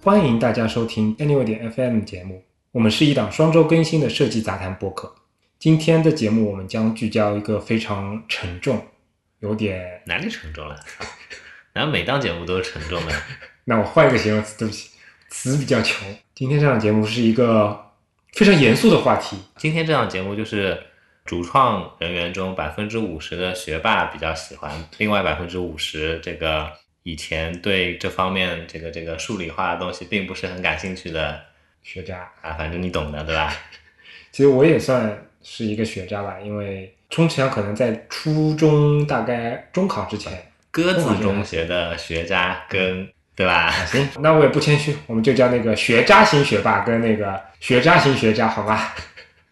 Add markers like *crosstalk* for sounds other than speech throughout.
欢迎大家收听 Anyway 点 FM 节目，我们是一档双周更新的设计杂谈播客。今天的节目我们将聚焦一个非常沉重，有点……哪里沉重了？咱每档节目都是沉重的。那我换一个形容词，对不起，词比较穷。今天这档节目是一个非常严肃的话题， *laughs* 今天这档节目就是主创人员中百分之五十的学霸比较喜欢，另外百分之五十这个以前对这方面这个这个数理化的东西并不是很感兴趣的学渣。啊，反正你懂的，*laughs* 对吧？其实我也算是一个学渣吧，因为充其量可能在初中大概中考之前。鸽子中学的学渣跟 *laughs* 对吧？啊行，那我也不谦虚，我们就叫那个学渣型学霸跟那个学渣型学渣，好吧？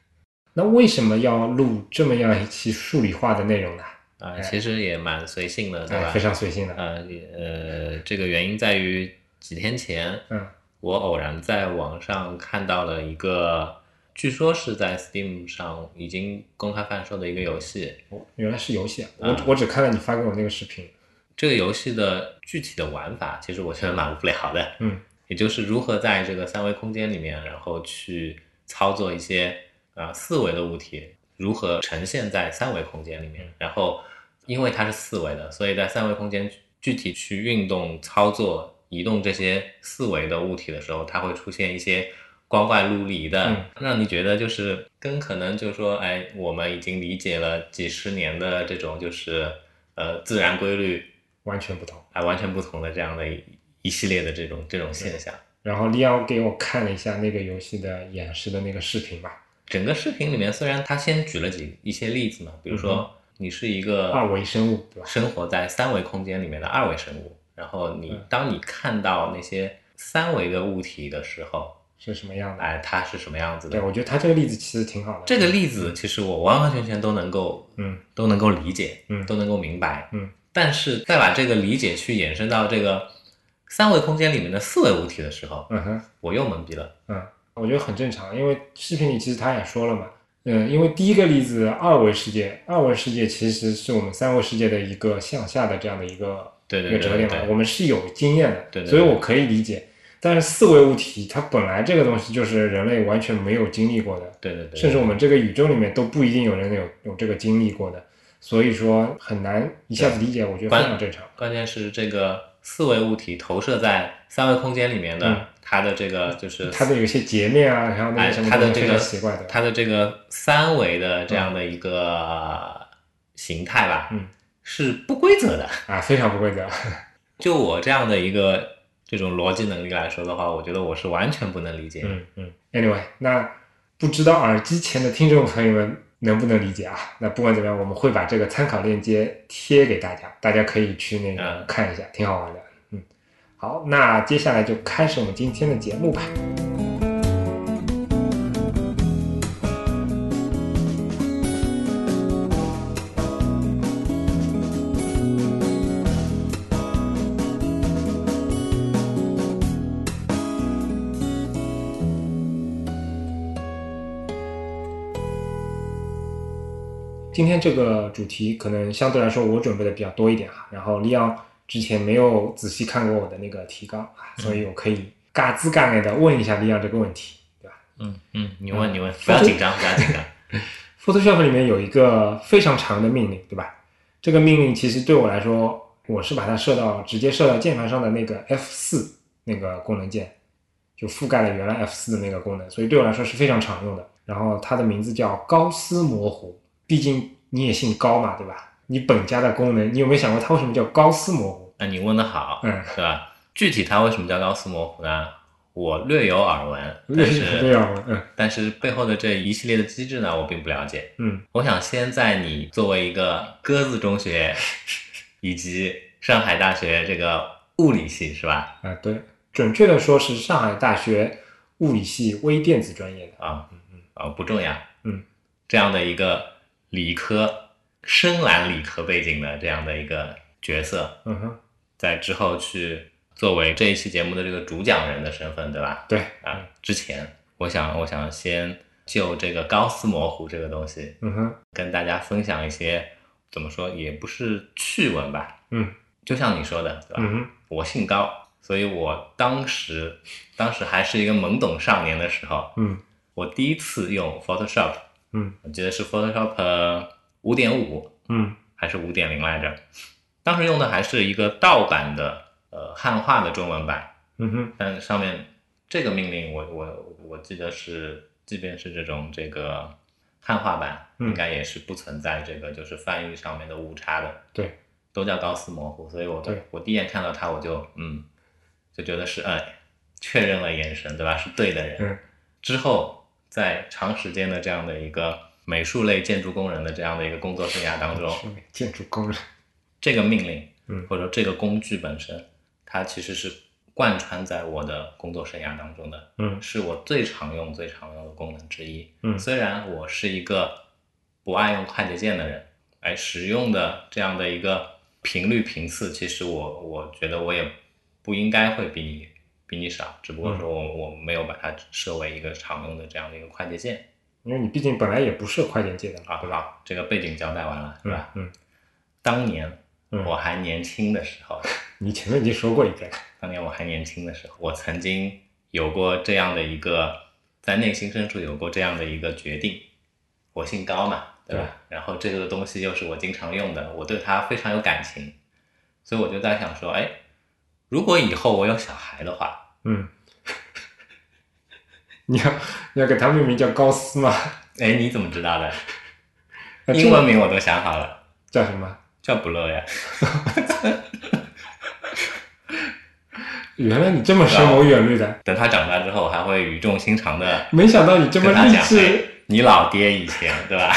*laughs* 那为什么要录这么样一期数理化的内容呢？啊、其实也蛮随性的，对哎吧？非常随性的，呃也呃，这个原因在于几天前，嗯，我偶然在网上看到了一个，据说是在 Steam 上已经公开贩售的一个游戏。哦原来是游戏啊！我、嗯我只看了你发给我那个视频，这个游戏的具体的玩法，其实我觉得蛮无聊的。嗯，也就是如何在这个三维空间里面，然后去操作一些呃四维的物体，如何呈现在三维空间里嗯面。然后，因为它是四维的，所以在三维空间具体去运动、操作、移动这些四维的物体的时候，它会出现一些光怪陆离的，嗯让你觉得就是跟可能就是说，哎，我们已经理解了几十年的这种就是呃自然规律。完全不同。啊完全不同的这样的一一系列的这种这种现象。然后利奥给我看了一下那个游戏的演示的那个视频吧，整个视频里面，虽然他先举了几一些例子嘛，比如说你是一个嗯二维生物对吧？生活在三维空间里面的二维生物，然后你嗯当你看到那些三维的物体的时候，是什么样的？哎，它是什么样子对，的？我觉得他这个例子其实挺好的。这个例子其实我完完全全都能够嗯，都能够理解，嗯都能够明白，嗯。但是再把这个理解去延伸到这个三维空间里面的四维物体的时候，嗯哼。我又懵逼了。嗯，我觉得很正常，因为视频里其实他也说了嘛，嗯，因为第一个例子二维世界，二维世界其实是我们三维世界的一个向下的这样的一个对对一个折对叠嘛对，我们是有经验的，对对所以对我可以理解。但是四维物体它本来这个东西就是人类完全没有经历过的，对对对，甚至我们这个宇宙里面都不一定有人有有这个经历过的，所以说很难一下子理解，我觉得非常正常。关键是这个四维物体投射在三维空间里面的，嗯它的这个就是它的有些截面啊，然后那哎些什么它的东西这非常个奇怪的，它的这个三维的这样的一个形态吧，嗯，是不规则的。啊，非常不规则。就我这样的一个这种逻辑能力来说的话，我觉得我是完全不能理解。嗯嗯。Anyway，那不知道耳机前的听众朋友们能不能理解啊？那不管怎么样，我们会把这个参考链接贴给大家，大家可以去那个嗯看一下，挺好玩的。嗯，好，那接下来就开始我们今天的节目吧。今天这个主题可能相对来说我准备的比较多一点哈，然后利昂之前没有仔细看过我的那个提纲啊，所以我可以嘎吱嘎咧的问一下利昂这个问题，对吧嗯嗯，你问你问，不要紧张，不要紧张。 *laughs* ？Photoshop 里面有一个非常长的命令，对吧？这个命令其实对我来说，我是把它设到直接设到键盘上的那个 F 四那个功能键，就覆盖了原来 F 四的那个功能，所以对我来说是非常常用的。然后它的名字叫高斯模糊，毕竟你也姓高嘛，对吧？你本家的功能，你有没有想过它为什么叫高斯模糊？啊那你问的好，嗯，对吧？具体它为什么叫高斯模糊呢？我略有耳闻，为什但是么这样吗？嗯但是背后的这一系列的机制呢，我并不了解。嗯我想先在你作为一个鸽子中学以及上海大学这个物理系是吧？啊，对，准确的说是上海大学物理系微电子专业的。啊、嗯嗯啊、不重要，嗯，这样的一个理科深蓝理科背景的这样的一个角色，嗯哼，在之后去作为这一期节目的这个主讲人的身份，对吧？对，啊，之前我想我想先就这个高斯模糊这个东西，嗯哼，跟大家分享一些怎么说也不是趣闻吧，嗯就像你说的，对吧？嗯哼，我姓高，所以我当时当时还是一个懵懂少年的时候，嗯我第一次用 Photoshop，嗯，我记得是 Photoshop 五点五嗯还是五点零来着，当时用的还是一个盗版的呃汉化的中文版，嗯哼但上面这个命令我，我我记得是，即便是这种这个汉化版，嗯应该也是不存在这个就是翻译上面的误差的。对，都叫高斯模糊，所以我对我第一眼看到它，我就嗯，就觉得是哎，确认了眼神，对吧？是对的人。嗯之后在长时间的这样的一个美术类建筑工人的这样的一个工作生涯当中，是个建筑工人，这个命令，嗯或者说这个工具本身，它其实是贯穿在我的工作生涯当中的，嗯是我最常用、最常用的功能之一。嗯虽然我是一个不爱用快捷键的人，哎，使用的这样的一个频率频次，其实我我觉得我也不应该会比你比你少，只不过嗯说我、我没有把它设为一个常用的这样的一个快捷键因为你毕竟本来也不是快捷界的了，啊，对吧？这个背景交代完了，是吧？嗯，当年嗯我还年轻的时候。你前面已经说过一遍了，当年我还年轻的时候，我曾经有过这样的一个，在内心深处有过这样的一个决定。我姓高嘛，对吧？然后这个东西又是我经常用的，我对它非常有感情，所以我就在想说，哎，如果以后我有小孩的话，嗯， *laughs* 你要你要给他命名叫高斯吗？哎，你怎么知道的？那英中文名我都想好了，叫什么？叫不乐呀。原来你这么深谋远虑的，等他长大之后，还会语重心长的没想到你这么跟他励讲，哎志。你老爹以前对吧？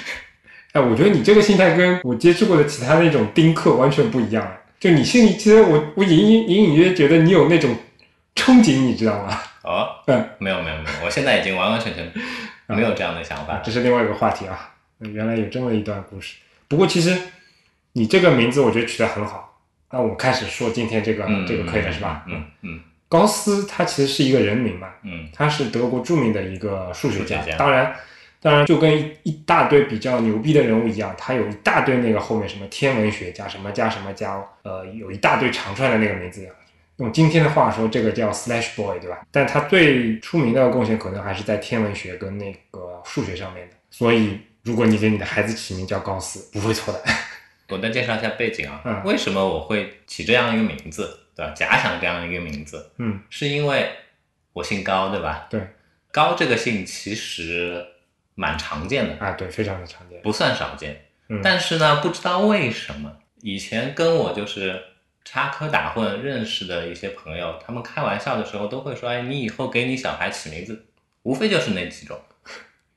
*laughs* 哎，我觉得你这个心态跟我接触过的其他那种丁克完全不一样哎。就你心里，其实我我隐隐隐隐约觉得你有那种憧憬，你知道吗？哦，嗯没有没有没有，我现在已经完完全全没有这样的想 *laughs* 法啊，了。这是另外一个话题啊。原来有这么一段故事。不过其实你这个名字我觉得取得很好。那我们开始说今天这个、嗯，这个可以了是吧？嗯嗯高斯他其实是一个人名嘛，嗯他是德国著名的一个数学家数学家。当然，当然就跟一大堆比较牛逼的人物一样，他有一大堆那个后面什么天文学家、什么家、什么家，呃，有一大堆长串的那个名字。啊用今天的话说，这个叫 Slash Boy，对吧？但他最出名的贡献可能还是在天文学跟那个数学上面的。所以，如果你给你的孩子起名叫高斯，不会错的。 *laughs* 我再介绍一下背景啊，嗯为什么我会起这样一个名字，对吧？假想这样一个名字，嗯是因为我姓高，对吧？对，高这个姓其实蛮常见的，啊，对，非常的常见。不算少见。嗯但是呢，不知道为什么，以前跟我就是插科打诨认识的一些朋友，他们开玩笑的时候都会说：“哎，你以后给你小孩起名字，无非就是那几种。”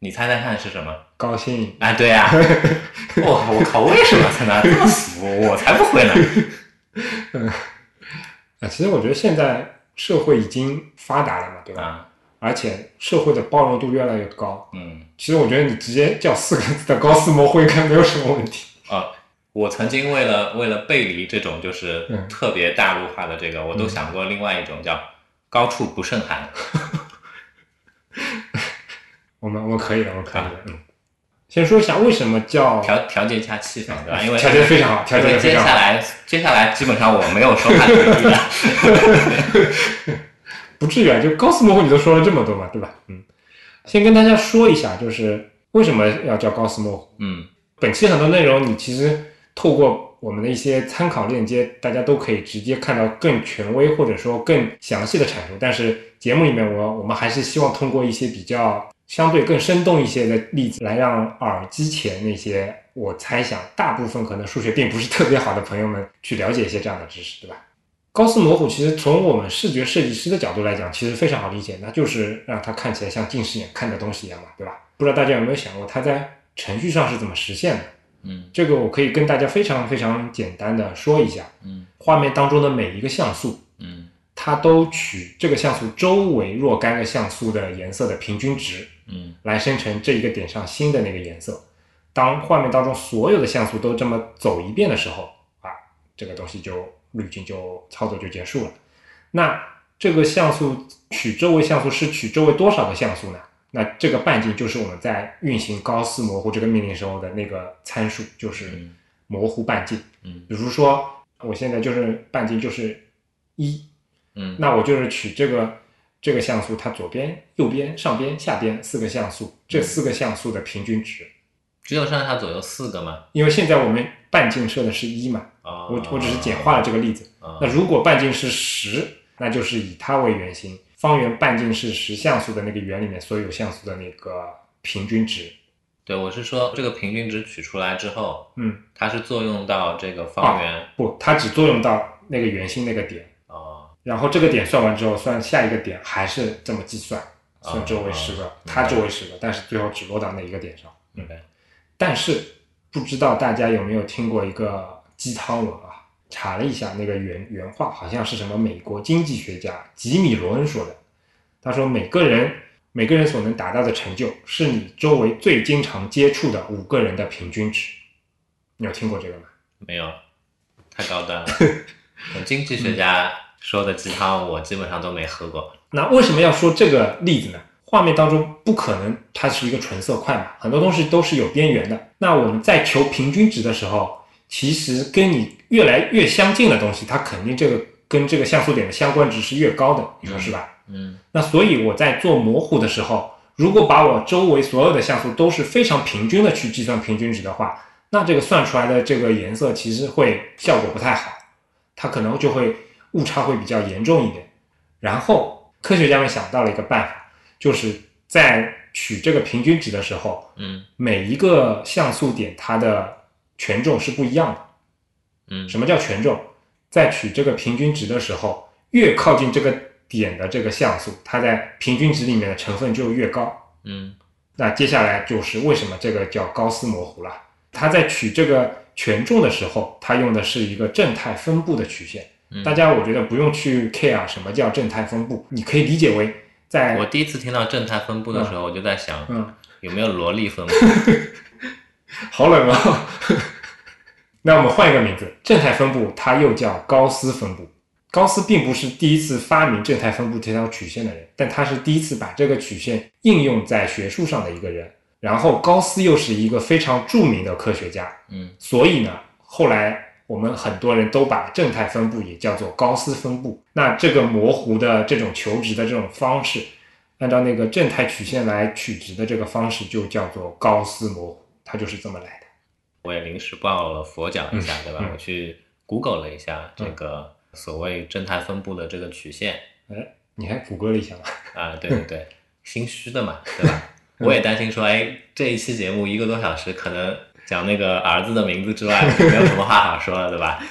你猜猜看是什么？高兴，啊，对呀、啊， *laughs* 我我靠，为什么才能这么俗？我才不会呢！ *laughs* 啊，其实我觉得现在社会已经发达了嘛，对吧？啊，而且社会的包容度越来越高。嗯，其实我觉得你直接叫四个字的高斯模糊应该没有什么问题。啊，我曾经为了为了背离这种就是嗯特别大陆化的这个，我都想过另外一种叫高处不胜寒。我们我们可以的，我们可以的。嗯，先说一下为什么叫调调节一下气氛，对吧？因为哎调节得非常好，调因节为得非接常下好。来接下来基本上我没有说话的余地了。不至于啊，就高斯模糊你都说了这么多嘛，对吧？嗯，先跟大家说一下，就是为什么要叫高斯模糊。嗯本期很多内容，你其实透过我们的一些参考链接，大家都可以直接看到更权威或者说更详细的阐述。但是节目里面我，我们还是希望通过一些比较相对更生动一些的例子，来让耳机前那些我猜想大部分可能数学并不是特别好的朋友们去了解一些这样的知识，对吧？高斯模糊其实从我们视觉设计师的角度来讲，其实非常好理解，那就是让它看起来像近视眼看的东西一样嘛，对吧？不知道大家有没有想过，它在程序上是怎么实现的？嗯这个我可以跟大家非常非常简单的说一下，嗯画面当中的每一个像素，嗯它都取这个像素周围若干个像素的颜色的平均值，嗯来生成这一个点上新的那个颜色。当画面当中所有的像素都这么走一遍的时候，啊，这个东西就滤镜就操作就结束了。那这个像素取周围像素是取周围多少个像素呢？那这个半径就是我们在运行高斯模糊这个命令时候的那个参数，就是嗯模糊半径。嗯比如说，我现在就是半径就是一，嗯那我就是取这个这个像素它左边、右边、上边、下边四个像素，这四个像素的平均值。只有上下左右四个嘛？因为现在我们半径设的是一嘛，啊，我我只是简化了这个例子。啊。那如果半径是十，那就是以它为圆心，方圆半径是十像素的那个圆里面所有像素的那个平均值。对，我是说这个平均值取出来之后，嗯，它是作用到这个方圆不，它只作用到那个圆心那个点，啊，然后这个点算完之后，算下一个点还是这么计算，啊算周围十个啊，它周围十个，但是最后只落到那一个点上。明白？但是不知道大家有没有听过一个鸡汤文啊？查了一下那个原原话，好像是什么美国经济学家吉米·罗恩说的。他说：“每个人每个人所能达到的成就是你周围最经常接触的五个人的平均值。”你有听过这个吗？没有，太高 *laughs* 端了。我经济学家说的鸡汤我基本上都没喝过。那为什么要说这个例子呢？画面当中不可能它是一个纯色块嘛，很多东西都是有边缘的。那我们在求平均值的时候，其实跟你越来越相近的东西，它肯定这个跟这个像素点的相关值是越高的，你说是吧？嗯那所以我在做模糊的时候，如果把我周围所有的像素都是非常平均的去计算平均值的话，那这个算出来的这个颜色其实会效果不太好，它可能就会误差会比较严重一点。然后科学家们想到了一个办法，就是在取这个平均值的时候，嗯每一个像素点它的权重是不一样的。嗯，什么叫权重？在取这个平均值的时候，越靠近这个点的这个像素，它在平均值里面的成分就越高。嗯那接下来就是为什么这个叫高斯模糊了？它在取这个权重的时候，它用的是一个正态分布的曲线。嗯大家我觉得不用去 care 什么叫正态分布，你可以理解为在我第一次听到正态分布的时候，我就在想，嗯，有没有萝莉分布？ *laughs* 好冷啊、那我们换一个名字，正态分布它又叫高斯分布。高斯并不是第一次发明正态分布这条曲线的人，但他是第一次把这个曲线应用在学术上的一个人。然后高斯又是一个非常著名的科学家，嗯所以呢，后来我们很多人都把正态分布也叫做高斯分布。那这个模糊的这种求值的这种方式，按照那个正态曲线来取值的这个方式，就叫做高斯模糊，它就是这么来的。我也临时抱了佛脚一下，对吧？嗯我去 Google 了一下这个所谓正态分布的这个曲线你还谷歌了一下吗？啊，对对对，心虚的嘛，对吧？我也担心说，哎，这一期节目一个多小时，可能讲那个儿子的名字之外，就没有什么话好说了，对吧？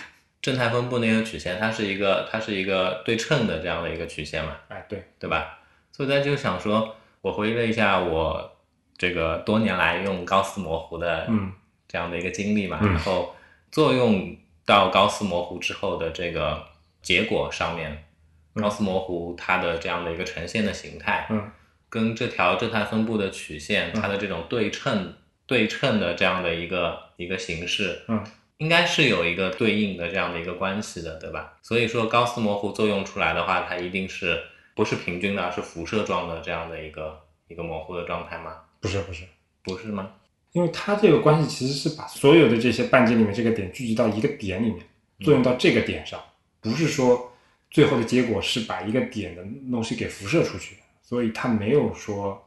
正态分布那个曲线，它是一个它是一个对称的这样的一个曲线嘛，哎，对，对吧？所以大家就想说，我回忆了一下我这个多年来用高斯模糊的嗯这样的一个经历嘛，嗯然后作用到高斯模糊之后的这个结果上面，嗯高斯模糊它的这样的一个呈现的形态，嗯，跟这条正态分布的曲线，嗯它的这种对称对称的这样的一个一个形式，嗯，应该是有一个对应的这样的一个关系的，对吧？所以说高斯模糊作用出来的话，它一定是不是平均的，而是辐射状的这样的一个一个模糊的状态吗？不是不是，不是吗？因为它这个关系其实是把所有的这些半径里面这个点聚集到一个点里面，嗯作用到这个点上，不是说最后的结果是把一个点的东西给辐射出去，所以它没有说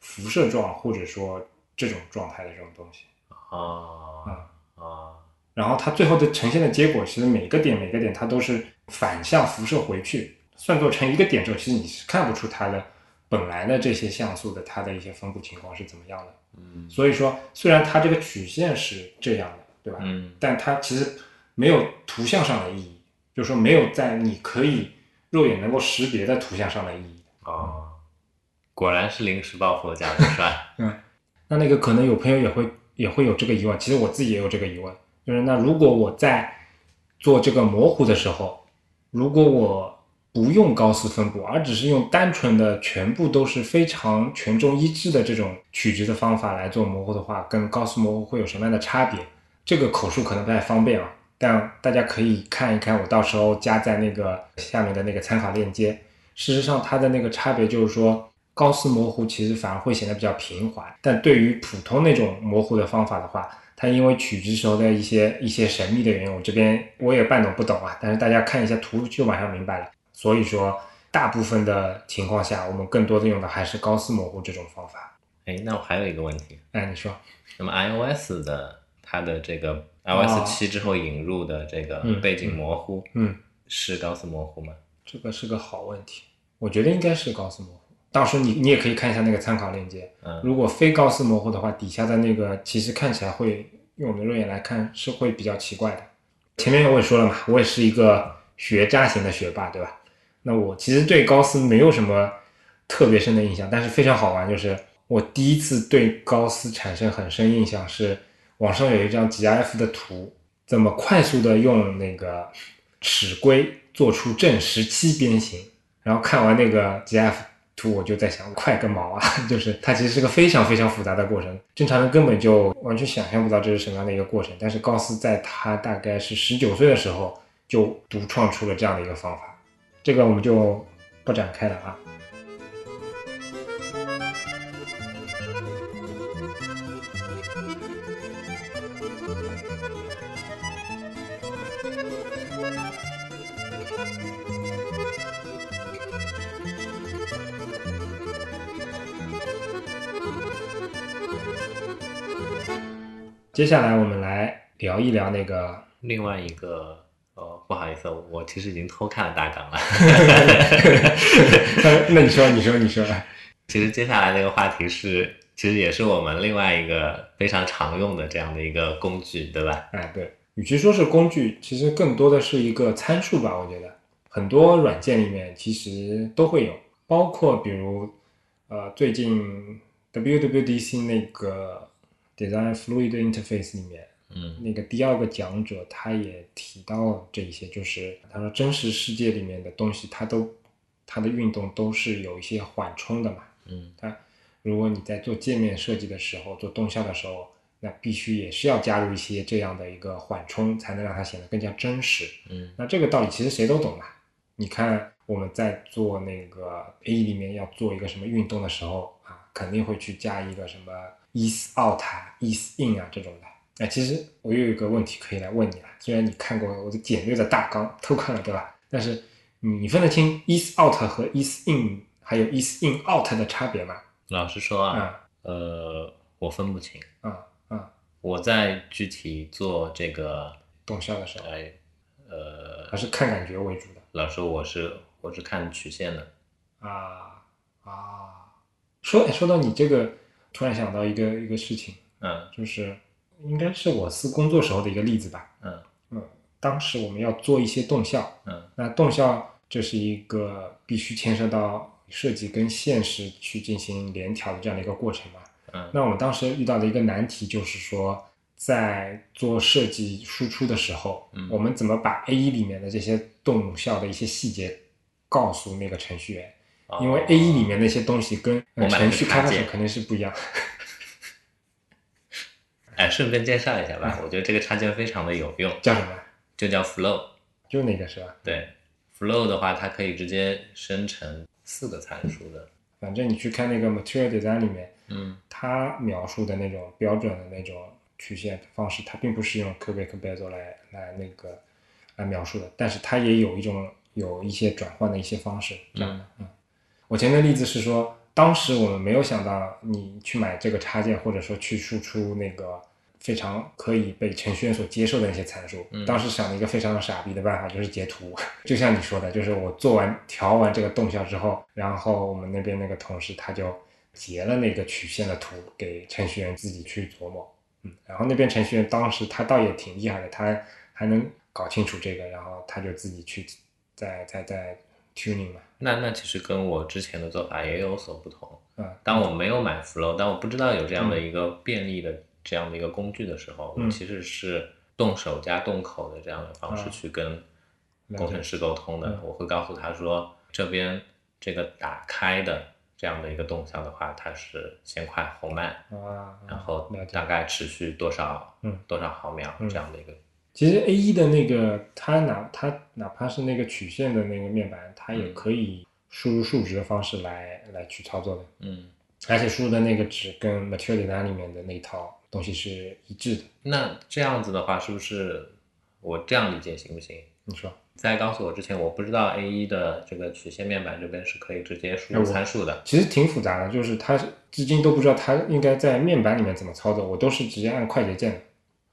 辐射状或者说这种状态的这种东西。哦，嗯哦，然后它最后的呈现的结果，其实每个点每个点它都是反向辐射回去，算作成一个点之后，其实你是看不出它的本来的这些像素的它的一些分布情况是怎么样的。嗯所以说，虽然它这个曲线是这样的，对吧？嗯但它其实没有图像上的意义，就是说没有在你可以肉眼能够识别的图像上的意义。哦，果然是临时抱佛脚的是吧？那那个可能有朋友也会也会有这个疑问，其实我自己也有这个疑问，就是那如果我在做这个模糊的时候，如果我不用高斯分布，而只是用单纯的全部都是非常权重一致的这种取值的方法来做模糊的话，跟高斯模糊会有什么样的差别？这个口述可能不太方便啊，但大家可以看一看，我到时候加在那个下面的那个参考链接。事实上，它的那个差别就是说，高斯模糊其实反而会显得比较平滑，但对于普通那种模糊的方法的话，它因为取值时候的一些一些神秘的原因，我这边我也半懂不懂啊，但是大家看一下图就马上明白了。所以说，大部分的情况下，我们更多的用的还是高斯模糊这种方法。 *laughs* 哎，那我还有一个问题，哎，你说，那么 iOS 的它的这个哦 iOS 七之后引入的这个嗯背景模糊嗯，是高斯模糊吗？这个是个好问题，我觉得应该是高斯模糊。到时候你你也可以看一下那个参考链接，嗯如果非高斯模糊的话，底下的那个其实看起来会用我们的肉眼来看是会比较奇怪的。前面我也说了嘛，我也是一个学渣型的学霸，对吧？那我其实对高斯没有什么特别深的印象，但是非常好玩，就是我第一次对高斯产生很深印象是网上有一张 GIF 的图，怎么快速的用那个尺规做出正十七边形，然后看完那个 GIF 图，我就在想，快个毛啊！ *laughs* 就是它其实是个非常非常复杂的过程，正常人根本就完全想象不到这是什么样的一个过程。但是高斯在他大概是十九岁的时候，就独创出了这样的一个方法，这个我们就不展开了啊。接下来我们来聊一聊那个， *laughs* 另外一个，哦，不好意思，我其实已经偷看了大纲 *laughs* 了。那你说，你说，你说，其实接下来这个话题是，其实也是我们另外一个非常常用的这样的一个工具，对吧？哎，对，与其说是工具，其实更多的是一个参数吧。我觉得很多软件里面其实都会有，包括比如呃最近 WWDC 那个 Design Fluid Interface 里面，嗯那个第二个讲者他也提到这一些，就是他说真实世界里面的东西，它都它的运动都是有一些缓冲的嘛。嗯如果你在做界面设计的时候，做动效的时候，那必须也是要加入一些这样的一个缓冲，才能让它显得更加真实。嗯那这个道理其实谁都懂嘛。你看我们在做那个 A 里面要做一个什么运动的时候啊，肯定会去加一个什么 is out 啊、is in 啊这种的。那其实我又有一个问题可以来问你了，虽然你看过我的简略的大纲，偷看了对吧？但是你分得清 is out 和 is in 还有 is in out 的差别吗？老实说啊，啊呃，我分不清。啊啊！我在具体做这个，动效的时候，呃还呃，是看感觉为主的老师，我是我是看曲线的。啊啊。说哎说到你这个，突然想到一个一个事情，嗯就是应该是我司工作时候的一个例子吧。嗯当时我们要做一些动效，嗯那动效这是一个必须牵涉到设计跟现实去进行联调的这样的一个过程嘛。嗯那我们当时遇到的一个难题就是说，在做设计输出的时候，嗯我们怎么把 A 1里面的这些动效的一些细节告诉那个程序员？哦因为 A 1里面那些东西跟、呃我买了程序个开发插者件肯定是不一样。哎，顺便介绍一下吧，我觉得这个插件非常的有用， *laughs* 叫什么？就叫 Flow。就那个是吧？对，Flow 的话，它可以直接生成四个参数的。反正你去看那个 Material Design 里面，嗯它描述的那种标准的那种曲线方式，它并不是用 cubic bezel 来来那个来描述的，但是它也有一种有一些转换的一些方式。这样的，嗯，我前面的例子是说，当时我们没有想到你去买这个插件，或者说去输出那个非常可以被程序员所接受的那些参数。嗯当时想了一个非常傻逼的办法，就是截图。就像你说的，就是我做完调完这个动效之后，然后我们那边那个同事他就截了那个曲线的图给程序员自己去琢磨。嗯，然后那边程序员当时他倒也挺厉害的，他还能搞清楚这个，然后他就自己去再再再 tuning 嘛。那那其实跟我之前的做法也有所不同。嗯，当我没有买 Flow，当我不知道有这样的一个便利的这样的一个工具的时候，嗯我其实是动手加动口的这样的方式嗯去跟了解工程师沟通的嗯。我会告诉他说，这边这个打开的这样的一个动效的话，它是先快后慢，啊，然后了解大概持续多少嗯多少毫秒嗯这样的一个。其实 A 一的那个，它哪它哪怕是那个曲线的那个面板，它也嗯可以输入数值的方式来来去操作的，嗯而且输入的那个值跟 Material Design 里面的那一套东西是一致的。那这样子的话，是不是我这样理解行不行？你说，在告诉我之前，我不知道 A 一的这个曲线面板这边是可以直接输哎入我参数的。其实挺复杂的，就是它至今都不知道它应该在面板里面怎么操作，我都是直接按快捷键的。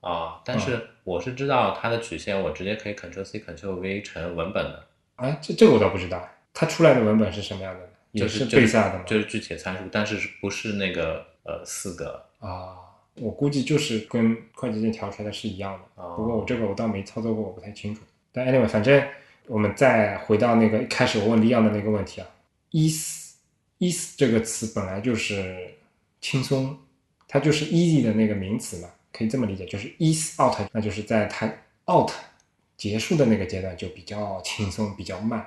啊、但嗯是我是知道它的曲线，我直接可以 Ctrl C Ctrl V 成文本的，哎，这这个我倒不知道，它出来的文本是什么样的呢？也就是贝萨的吗？就是具体的参数，但是是不是那个呃四个啊，我估计就是跟快捷键调出来的是一样的。啊？不过我这个我倒没操作过，我不太清楚。但 anyway，反正我们再回到那个一开始我问李阳的那个问题啊，ease ease 这个词本来就是轻松，它就是 easy 的那个名词嘛，可以这么理解，就是 ease out，那就是在它 out 结束的那个阶段就比较轻松，比较慢，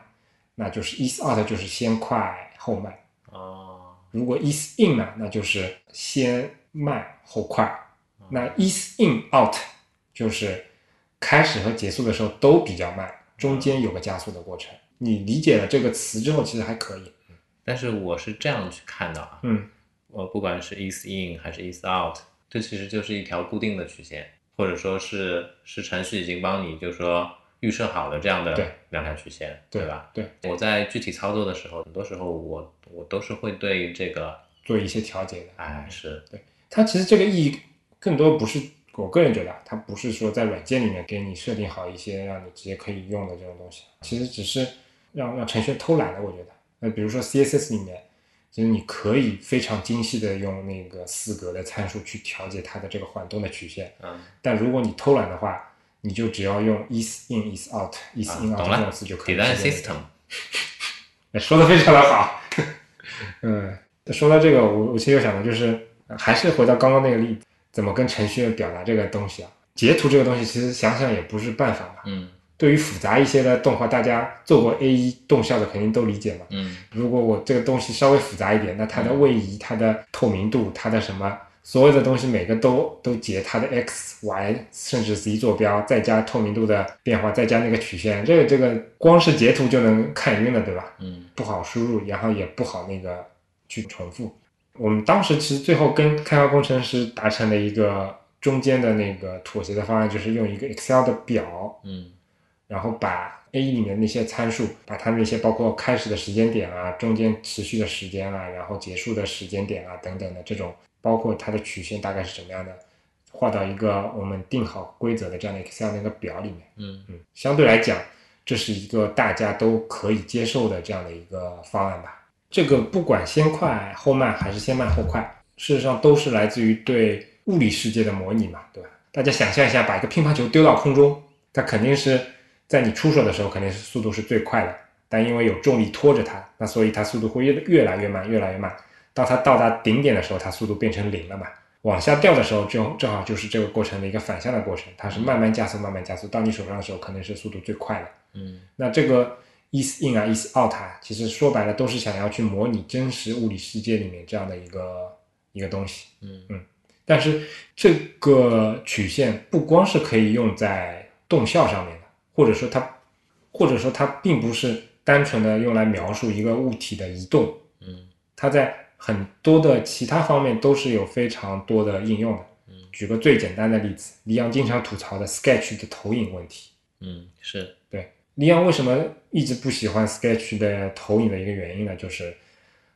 那就是 ease out 就是先快后慢。哦如果 ease in 呢，那就是先慢后快。啊那 ease in out 就是开始和结束的时候都比较慢，中间有个加速的过程。你理解了这个词之后，其实还可以。但是我是这样去看的啊，嗯，我不管是 ease in 还是 ease out，这其实就是一条固定的曲线，或者说是是程序已经帮你就说预设好了这样的对两条曲线，对吧？？对，我在具体操作的时候，很多时候我我都是会对这个，做一些调节的。哎，是它其实这个意义更多不是我个人觉得啊，它不是说在软件里面给你设定好一些让你直接可以用的这种东西，其实只是让让程序员偷懒了。我觉得，那比如说 CSS 里面，其实你可以非常精细的用那个四格的参数去调节它的这个缓动的曲线，嗯，但如果你偷懒的话，你就只要用 is in is out is 啊 in out 懂这了种词就可以了。 ，design system，哎说的非常的好。 *laughs* 嗯，说到这个，我我其实又想的就是，呃还是回到刚刚那个例子，怎么跟程序员表达这个东西啊？截图这个东西，其实想想也不是办法嘛。嗯对于复杂一些的动画，大家做过 A 一动效的肯定都理解嘛。嗯如果我这个东西稍微复杂一点，那它的位移、它的透明度、它的什么，所有的东西每个都都截它的 x、y 甚至 z 坐标，再加透明度的变化，再加那个曲线，这个这个光是截图就能看晕了，对吧？嗯不好输入，然后也不好那个去重复。我们当时其实最后跟开发工程师达成了一个中间的那个妥协的方案，就是用一个 Excel 的表，嗯然后把 A 里面那些参数，把它那些包括开始的时间点啊、中间持续的时间啊、然后结束的时间点啊等等的这种，包括它的曲线大概是什么样的，画到一个我们定好规则的这样的 Excel 那个表里面。嗯嗯，相对来讲，这是一个大家都可以接受的这样的一个方案吧。这个不管先快后慢还是先慢后快，事实上都是来自于对物理世界的模拟嘛，对吧？大家想象一下，把一个乒乓球丢到空中，它肯定是在你出手的时候肯定是速度是最快的，但因为有重力拖着它，那所以它速度会越越来越慢，越来越慢。当它到达顶点的时候，它速度变成零了嘛。往下掉的时候就，正好就是这个过程的一个反向的过程，它是慢慢加速，慢慢加速，到你手上的时候，可能是速度最快的。嗯那这个 is in 啊，is out 啊，其实说白了都是想要去模拟真实物理世界里面这样的一个一个东西。嗯但是这个曲线不光是可以用在动效上面的，或者说它，或者说它并不是单纯的用来描述一个物体的移动，嗯它在很多的其他方面都是有非常多的应用的。嗯举个最简单的例子，李阳经常吐槽的 Sketch 的投影问题。嗯，是，对，李阳为什么一直不喜欢 Sketch 的投影的一个原因呢？就是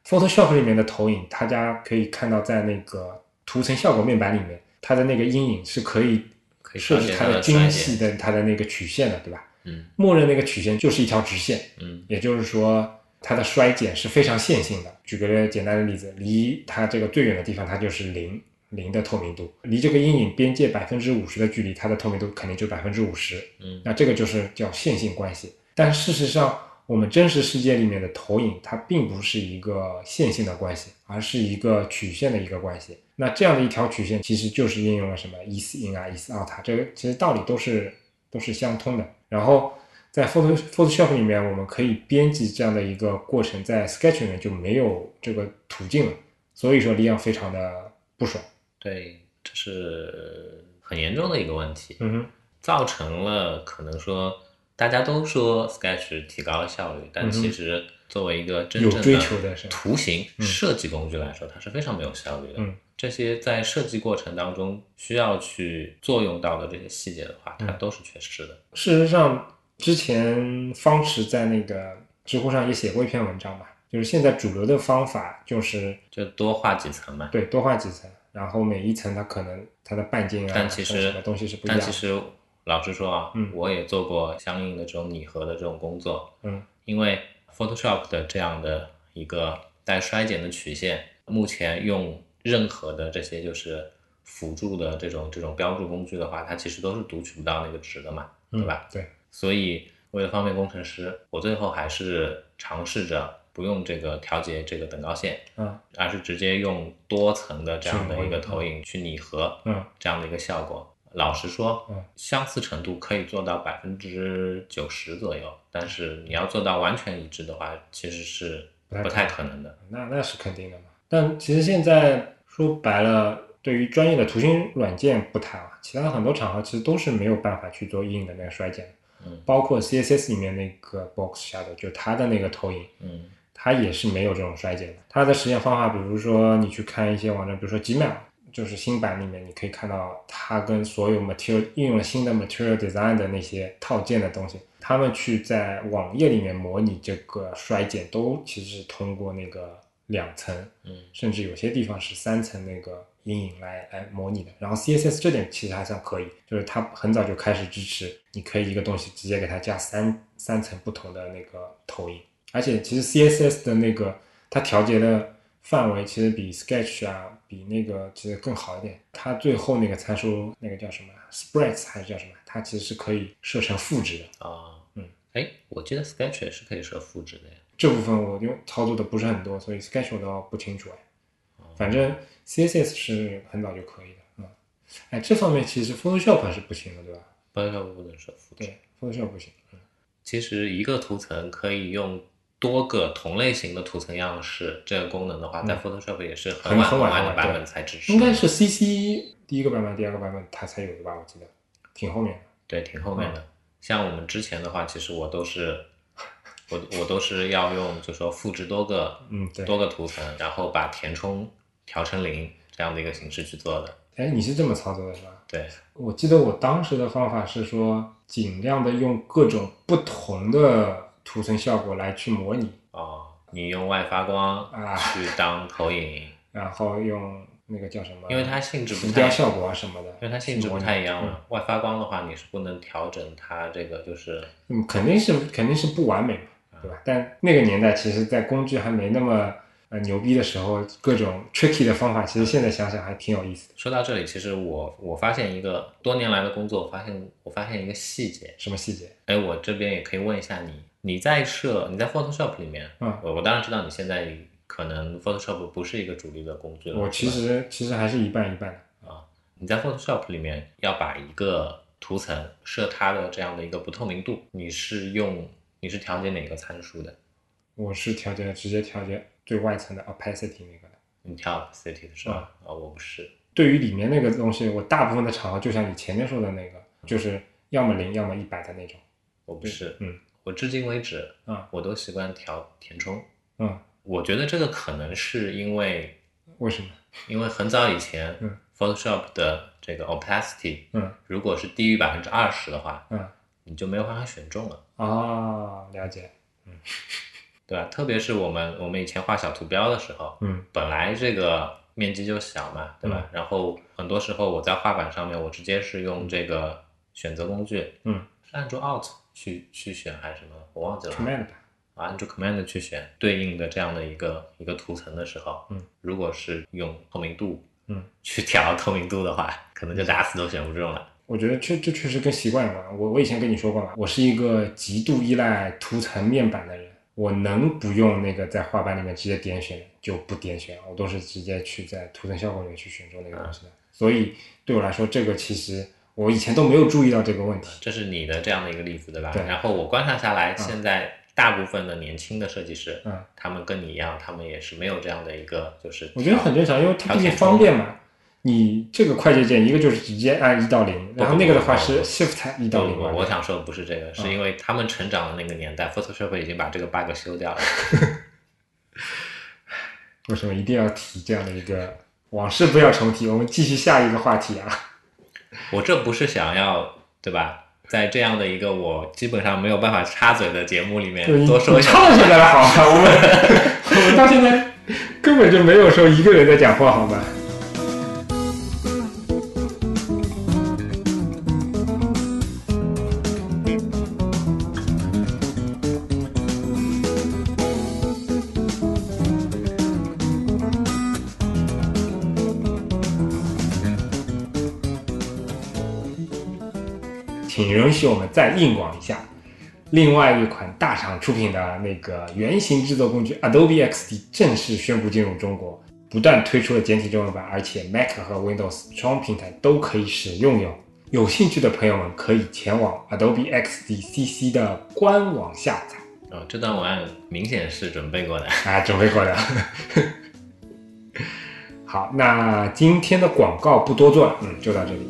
Photoshop 里面的投影，大家可以看到在那个图层效果面板里面，它的那个阴影是可以可以设置调节它它的的精衰细的它的那个曲线的，对吧？嗯默认那个曲线就是一条直线，嗯也就是说，它的衰减是非常线性的。举个简单的例子，离它这个最远的地方，它就是零零的透明度；离这个阴影边界百分之五十的距离，它的透明度肯定就百分之五十。嗯那这个就是叫线性关系。但事实上，我们真实世界里面的投影，它并不是一个线性的关系，而是一个曲线的一个关系。那这样的一条曲线，其实就是应用了什么 is in 啊，is out 啊，这个其实道理都是都是相通的。然后在 Photo Photoshop 里面，我们可以编辑这样的一个过程，在 Sketch 里面就没有这个途径了。所以说，李阳非常的不爽。对，这是很严重的一个问题。嗯哼，造成了可能说大家都说 Sketch 提高了效率，但嗯哼其实作为一个真有正追求的的是吧图形嗯设计工具来说，它是非常没有效率的。嗯这些在设计过程当中需要去作用到的这些细节的话，它嗯都是缺失的。事实上，之前方池在那个知乎上也写过一篇文章吧，就是现在主流的方法就是就多画几层嘛。对多画几层，然后每一层它可能它的半径啊，但其和什实么东西是不一样但的。其实老实说啊，嗯我也做过相应的这种拟合的这种工作，嗯，因为 Photoshop 的这样的一个带衰减的曲线，目前用任何的这些就是辅助的这种这种标注工具的话，它其实都是读取不到那个值的嘛，对吧？嗯？对，所以为了方便工程师，我最后还是尝试着不用这个调节这个等高线，嗯而是直接用多层的这样的一个投影去拟合，嗯，这样的一个效果。老实说嗯，相似程度可以做到百分之九十左右，但是你要做到完全一致的话，其实是不不太太可能的。那那是肯定的嘛。但其实现在说白了，对于专业的图形软件不谈啊，其他的很多场合其实都是没有办法去做阴影的那个衰减的，嗯包括 CSS 里面那个 Box Shadow，就它的那个投影，嗯它也是没有这种衰减的。它的实验方法，比如说你去看一些网站，比如说 Gmail，就是新版里面你可以看到它跟所有 material 应用了新的 material design 的那些套件的东西，他们去在网页里面模拟这个衰减，都其实是通过那个两层，嗯甚至有些地方是三层那个阴影来来模拟的。然后 CSS 这点其实还算可以，就是它很早就开始支持，你可以一个东西直接给它加三三层不同的那个投影，而且其实 CSS 的那个它调节的范围其实比 Sketch 啊，比那个其实更好一点。它最后那个参数那个叫什么啊 spreads 还是叫什么，啊它其实是可以设成负值的。啊嗯，哎，我记得 Sketch 也是可以设负值的呀。这部分我因为操作的不是很多，所以 Sketch 我倒不清楚哎。哦反正 CSS 是很早就可以的，嗯，哎，这方面其实 Photoshop 还是不行的，对吧？ Photoshop 不能设负值。对，Photoshop 不行，嗯其实一个图层可以用多个同类型的图层样式这个功能的话，在 Photoshop 也是很晚嗯很很晚晚的很晚版对本才支持，应该是 CC 第一个版本、第二个版本它才有的吧？我记得挺后面的。对挺后嗯面的。像我们之前的话，其实我都是我我都是要用，就说复制多个嗯对多个图层，然后把填充调成零这样的一个形式去做的。哎，你是这么操作的是吧？对，我记得我当时的方法是说，尽量的用各种不同的图层效果来去模拟，哦，你用外发光啊去当投影，然后用那个叫什么，因为它性质不浮太雕效果啊什么的，因为它性质不模拟太一样嘛。外发光的话，你是不能调整它这个就是嗯，肯定是肯定是不完美嘛，对吧？但那个年代，其实，在工具还没那么呃牛逼的时候，各种 tricky 的方法，其实现在想想还挺有意思的。说到这里，其实我我发现一个多年来的工作，我发现我发现一个细节，什么细节？哎，我这边也可以问一下你，你在设你在 Photoshop 里面，嗯我我当然知道你现在可能 Photoshop 不是一个主力的工具了，我是其吧实其实还是一半一半的。你在 Photoshop 里面要把一个图层设它的这样的一个不透明度，你是用你是调节哪个参数的？我是调节直接调节最外层的 opacity 那个的。你调 opacity 的是吧？嗯啊、我不是，对于里面那个东西，我大部分的场合就像你前面说的那个，就是要么零，要么一百的那种。我不是，嗯，我至今为止，嗯我都习惯调填充。嗯，我觉得这个可能是因为，为什么？因为很早以前、嗯 Photoshop 的这个 opacity，嗯如果是低于百分之二十的话，嗯你就没有办法选中了，啊，了解。对吧？特别是我们我们以前画小图标的时候，嗯本来这个面积就小嘛，对吧？然后很多时候我在画板上面，我直接是用这个选择工具，嗯，是按住 Alt 去去选还是什么？我忘记了。 ，command 吧。啊按住 command 去选对应的这样的一个一个图层的时候，嗯，如果是用透明度，嗯， *laughs* 去调透明度的话，可能就打死都选不中了。我觉得这这确实跟习惯有关。我我以前跟你说过嘛，我是一个极度依赖图层面板的人，我能不用那个在画板里面直接点选就不点选，我都是直接去在图层效果里面去选中那个东西的。所以对我来说，这个其实我以前都没有注意到这个问题。这是你的这样的一个例子，对吧？对然后我观察下来，嗯现在大部分的年轻的设计师，嗯，他们跟你一样，他们也是没有这样的一个，就是我觉得很正常，因为它毕竟方便嘛。你这个快捷键，一个就是直接按一到零，然后那个的话是 Shift 一啊到不零不，嘛。我想说的不是这个，嗯是因为他们成长的那个年代，Photoshop 已经把这个 bug 修掉了。为什么一定要提这样的一个往事不要重提，我们继续下一个话题啊。我这不是想要对吧？在这样的一个我基本上没有办法插嘴的节目里面对多说一你下，唱起来了好吧？我们我们到现在根本就没有说一个人在讲话，好吗？请允许我们再硬广一下，另外一款大厂出品的那个原型制作工具 Adobe XD 正式宣布进入中国，不但推出了简体中文版，而且 Mac 和 Windows 双平台都可以使用哟。有兴趣的朋友们可以前往 Adobe XD CC 的官网下载。哦，这段文案明显是准备过的。啊，准备 *laughs* 过的。好，那今天的广告不多做了，嗯，就到这里。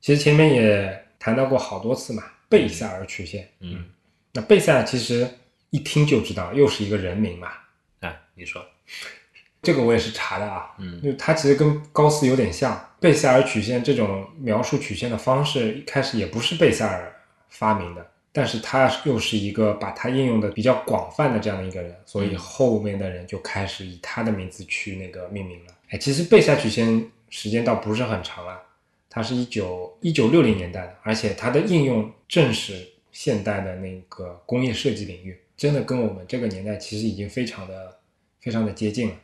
其实前面也谈到过好多次嘛，贝塞尔曲线。嗯，那贝塞尔其实一听就知道，又是一个人名嘛。啊，你说，这个我也是查的啊，嗯就它其实跟高斯有点像。贝塞尔曲线这种描述曲线的方式，一开始也不是贝塞尔发明的，但是他又是一个把它应用的比较广泛的这样的一个人，所以嗯后面的人就开始以他的名字去那个命名了。哎，其实贝塞尔曲线时间倒不是很长啊，它是一九一九六零年代的，而且它的应用正是现代的那个工业设计领域，真的跟我们这个年代其实已经非常的非常的接近了。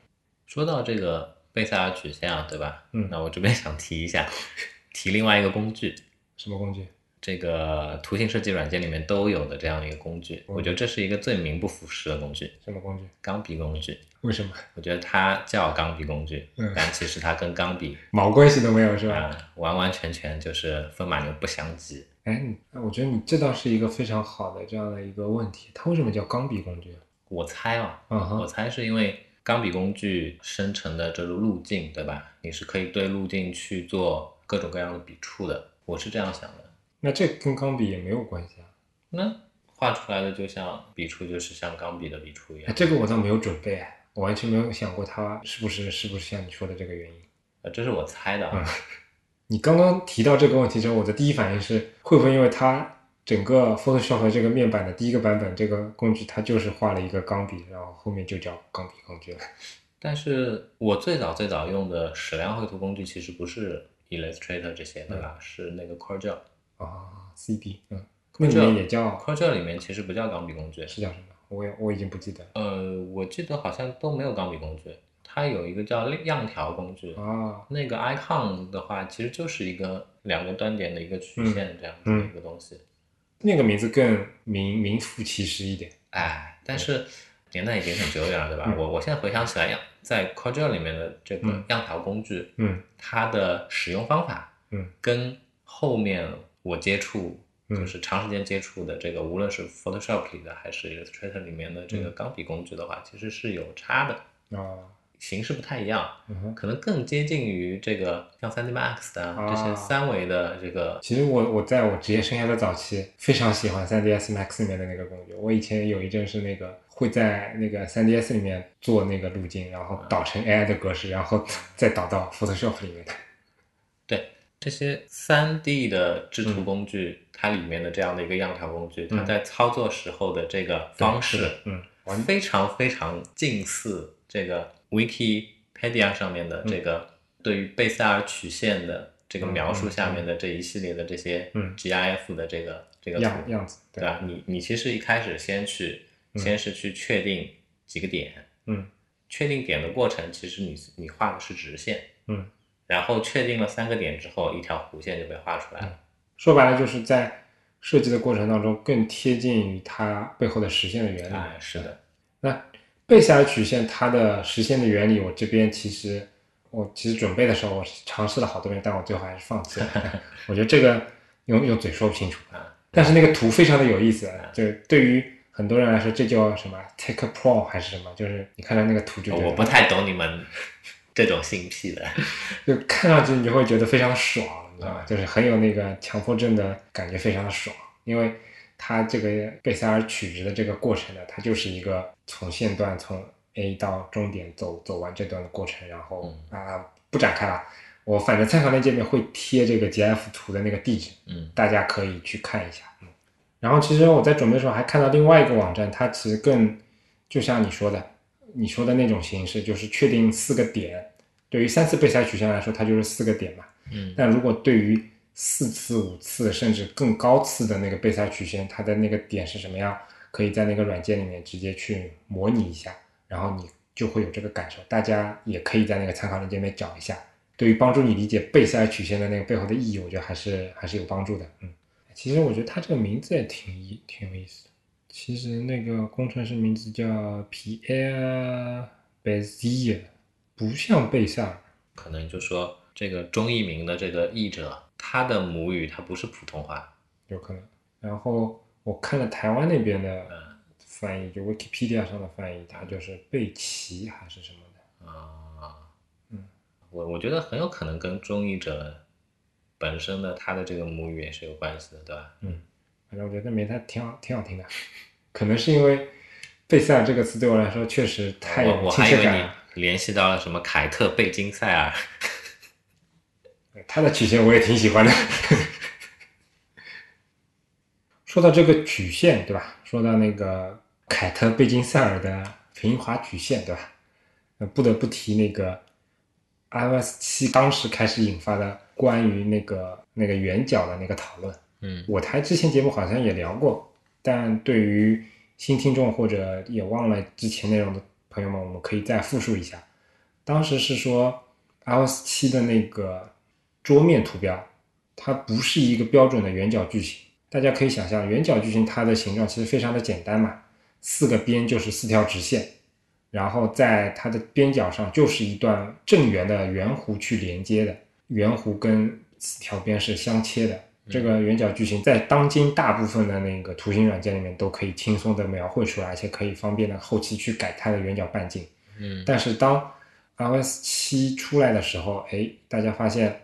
说到这个贝塞尔曲线啊，对吧？嗯那我这边想提一下， *laughs* 提另外一个工具，什么工具？这个图形设计软件里面都有的这样一个工具，嗯我觉得这是一个最名不符实的工具，什么工具？钢笔工具。为什么？我觉得它叫钢笔工具，嗯但其实它跟钢笔毛关系都没有是吧？啊、完完全全就是风马牛不相及。哎，你我觉得你这倒是一个非常好的这样的一个问题。它为什么叫钢笔工具？我猜啊，嗯哼我猜是因为钢笔工具生成的这个路径，对吧？你是可以对路径去做各种各样的笔触的，我是这样想的。那这跟钢笔也没有关系啊。那画出来的就像笔触，就是像钢笔的笔触一哎，样。这个我倒没有准备，哎我完全没有想过它是不是是不是像你说的这个原因。呃，这是我猜的嗯啊。你刚刚提到这个问题之后，我的第一反应是，会不会因为它整个 Photoshop 这个面板的第一个版本这个工具，它就是画了一个钢笔，然后后面就叫钢笔工具了。但是我最早最早用的矢量绘图工具其实不是 Illustrator 这些，对吧？嗯是那个 Corel。啊，CD，嗯，那里面也叫 Corel 里面其实不叫钢笔工具，是叫什么？我也我已经不记得了呃，我记得好像都没有钢笔工具，它有一个叫样条工具。啊。那个 icon 的话，其实就是一个两个端点的一个曲嗯线这样子的一个东西。那个名字更名名副其实一点。哎，但是年代已经很久远了，对吧？嗯我我现在回想起来，样在 Corel 里面的这个嗯样条工具，嗯它的使用方法，嗯，跟后面我接触。嗯就是长时间接触的这个，无论是 Photoshop 里的还是 Illustrator 里面的这个嗯钢笔工具的话，其实是有差的，啊，形式不太一样，嗯哼。可能更接近于这个像 3D Max 的啊这啊些三维的这个其实我我在我职业生涯的早期，非常喜欢 3ds Max 里面的那个工具。我以前有一阵是那个会在那个 3ds 里面做那个路径，然后导成 AI 的格式，然后再导到 Photoshop 里面的。这些三 D 的制图嗯工具，它里面的这样的一个样条工具，它嗯在操作时候的这个方对式是的，嗯，完非常非常近似这个 Wikipedia 上面的这个对于贝塞尔曲线的这个嗯描述嗯下面嗯的这一系列的这些嗯 GIF 的这个这个图，样样子，对吧？你你其实一开始先去嗯先是去确定几个点，嗯确定点的过程，其实你你画的是直线，嗯。然后确定了三个点之后，一条弧线就被画出嗯来了。说白了就是在设计的过程当中更贴近于它背后的实现的原理。哎，是的，那贝塞尔曲线它的实现的原理，我这边其实我其实准备的时候，我是尝试了好多遍，但我最后还是放弃了。 *laughs* 我觉得这个用用嘴说不清楚啊，但是那个图非常的有意思，就是对于。很多人来说这叫什么 Take a Pro 还是什么，就是你看到那个图就觉得哦我不太懂你们这种性癖的， *laughs* 就看上去你就会觉得非常爽，你知道吧？就是很有那个强迫症的感觉，非常的爽，因为它这个贝塞尔取值的这个过程呢，它就是一个从线段从 A 到终点走走完这段的过程，然后啊、不展开了。我反正参考链界面会贴这个 GIF 图的那个地址，嗯大家可以去看一下。嗯，然后其实我在准备的时候还看到另外一个网站，它其实更就像你说的，你说的那种形式，就是确定四个点。对于三次被筛曲线来说，它就是四个点嘛。嗯但如果对于四次、五次甚至更高次的那个被筛曲线，它的那个点是什么样，可以在那个软件里面直接去模拟一下，然后你就会有这个感受。大家也可以在那个参考链接里面找一下。对于帮助你理解贝塞尔曲线的那个背后的意义，我觉得还是还是有帮助的。嗯，其实我觉得他这个名字也挺意挺有意思的。其实那个工程师名字叫皮埃尔·贝西尔，不像贝塞尔。可能就说这个钟一鸣的这个译者，他的母语他不是普通话，有可能。然后我看了台湾那边的嗯翻译，就 Wikipedia 上的翻译，它就是贝奇还是什么的。啊，嗯，我我觉得很有可能跟中译者本身的他的这个母语也是有关系的，对吧？反正我觉得名字还挺好，挺好听的。 *laughs* 可能是因为贝塞尔这个词对我来说确实太我有我亲还以切为感了。你联系到了什么凯特·贝金塞尔，他的曲线我也挺喜欢的。 *laughs* 说到这个曲线，对吧？说到那个凯特·贝金塞尔的平滑曲线，对吧？呃不得不提那个 iOS 七当时开始引发的关于那个那个圆角的那个讨论。嗯我台之前节目好像也聊过，但对于新听众或者也忘了之前内容的朋友们，我们可以再复述一下。当时是说 iOS 七的那个桌面图标，它不是一个标准的圆角矩形。大家可以想象，圆角矩形它的形状其实非常的简单嘛，四个边就是四条直线，然后在它的边角上就是一段正圆的圆弧去连接的，圆弧跟四条边是相切的。这个圆角矩形在当今大部分的那个图形软件里面都可以轻松的描绘出来，而且可以方便的后期去改它的圆角半径。嗯但是当 iOS 七出来的时候，哎，大家发现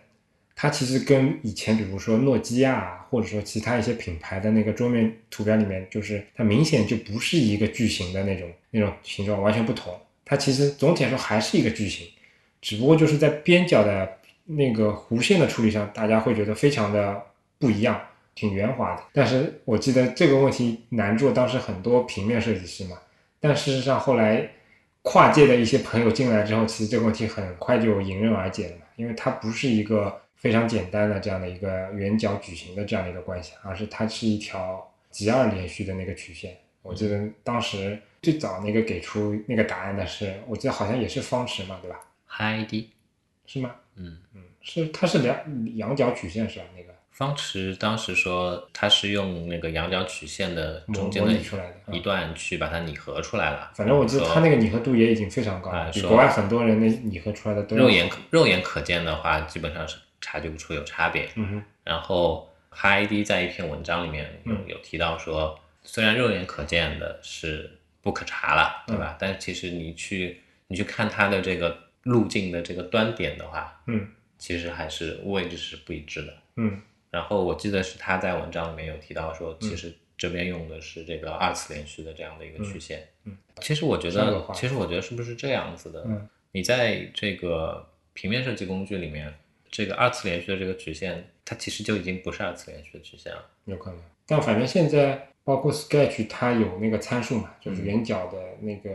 它其实跟以前比如说诺基亚或者说其他一些品牌的那个桌面图标里面，就是它明显就不是一个矩形的那种那种形状，完全不同。它其实总体来说还是一个矩形，只不过就是在边角的那个弧线的处理上，大家会觉得非常的不一样，挺圆滑的。但是我记得这个问题难住当时很多平面设计师嘛，但事实上后来跨界的一些朋友进来之后，其实这个问题很快就迎刃而解了嘛，因为它不是一个非常简单的这样的一个圆角矩形的这样的一个关系，而是它是一条极二连续的那个曲线。我记得当时最早那个给出那个答案的是，我记得好像也是方池嘛，对吧？ ，Heidi，是吗？嗯，嗯，是，它是两仰角曲线是吧？那个方池当时说他是用那个仰角曲线的中间模的拟出来的嗯一段去把它拟合出来了。反正我记得说它那个拟合度也已经非常高了，嗯哎比说国外很多人那拟合出来的都要肉眼可肉眼可见的话，基本上是察觉不出有差别。嗯哼，然后 HID 在一篇文章里面有嗯有提到说，虽然肉眼可见的是不可查了，嗯对吧？但其实你去你去看它的这个路径的这个端点的话，嗯其实还是位置是不一致的。嗯然后我记得是他在文章里面有提到说，其实这边用的是这个二次连续的这样的一个曲线。嗯嗯其实我觉三个得花，其实我觉得是不是这样子的？嗯你在这个平面设计工具里面，这个二次连续的这个曲线，它其实就已经不是二次连续的曲线了。有可能。但反正现在包括 Sketch 它有那个参数嘛，就是嗯圆角的那个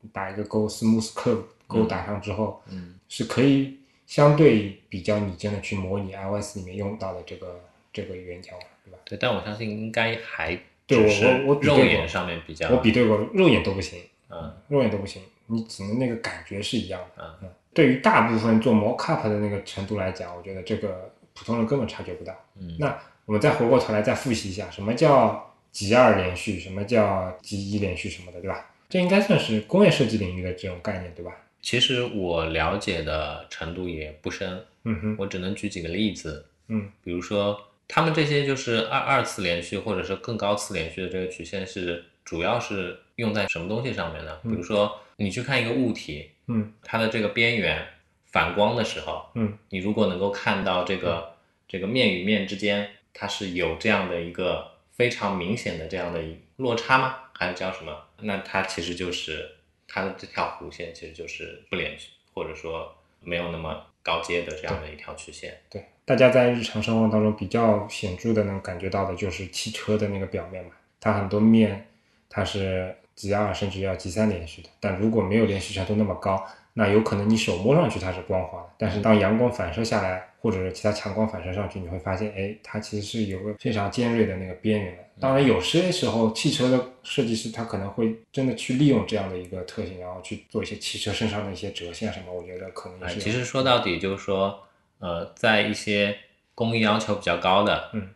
你打一个勾，smooth curve 勾打上之后，嗯是可以相对比较拟真的去模拟 iOS 里面用到的这个这个圆角，对吧？对，但我相信应该还对我只是我我比对肉过眼上面比较，我比对过，肉眼都不行，嗯肉眼都不行，你只能那个感觉是一样的。嗯对于大部分做 mockup 的那个程度来讲，我觉得这个普通人根本察觉不到。嗯，那我们再回过头来再复习一下，什么叫极二连续，什么叫极一连续什么的，对吧？这应该算是工业设计领域的这种概念，对吧？其实我了解的程度也不深，嗯哼，我只能举几个例子。嗯比如说他们这些就是二二次连续或者是更高次连续的这个曲线是主要是用在什么东西上面呢？比嗯如说你去看一个物体，嗯它的这个边缘反光的时候，嗯你如果能够看到这个这个面与面之间，它是有这样的一个非常明显的这样的一落差吗？还是叫什么？那它其实就是它的这条弧线其实就是不连续，或者说没有那么高阶的这样的一条曲线。对，大家在日常生活当中比较显著的能感觉到的就是汽车的那个表面嘛，它很多面它是 G 二甚至要 G 三连续的，但如果没有连续程度那么高，那有可能你手摸上去它是光滑的，但是当阳光反射下来或者是其他强光反射上去，你会发现，哎，它其实是有个非常尖锐的那个边缘的。当然，有些时候汽车的设计师他可能会真的去利用这样的一个特性，然后去做一些汽车身上的一些折线什么，我觉得可能也哎，是有。啊其实说到底就是说，呃，在一些工艺要求比较高的，嗯，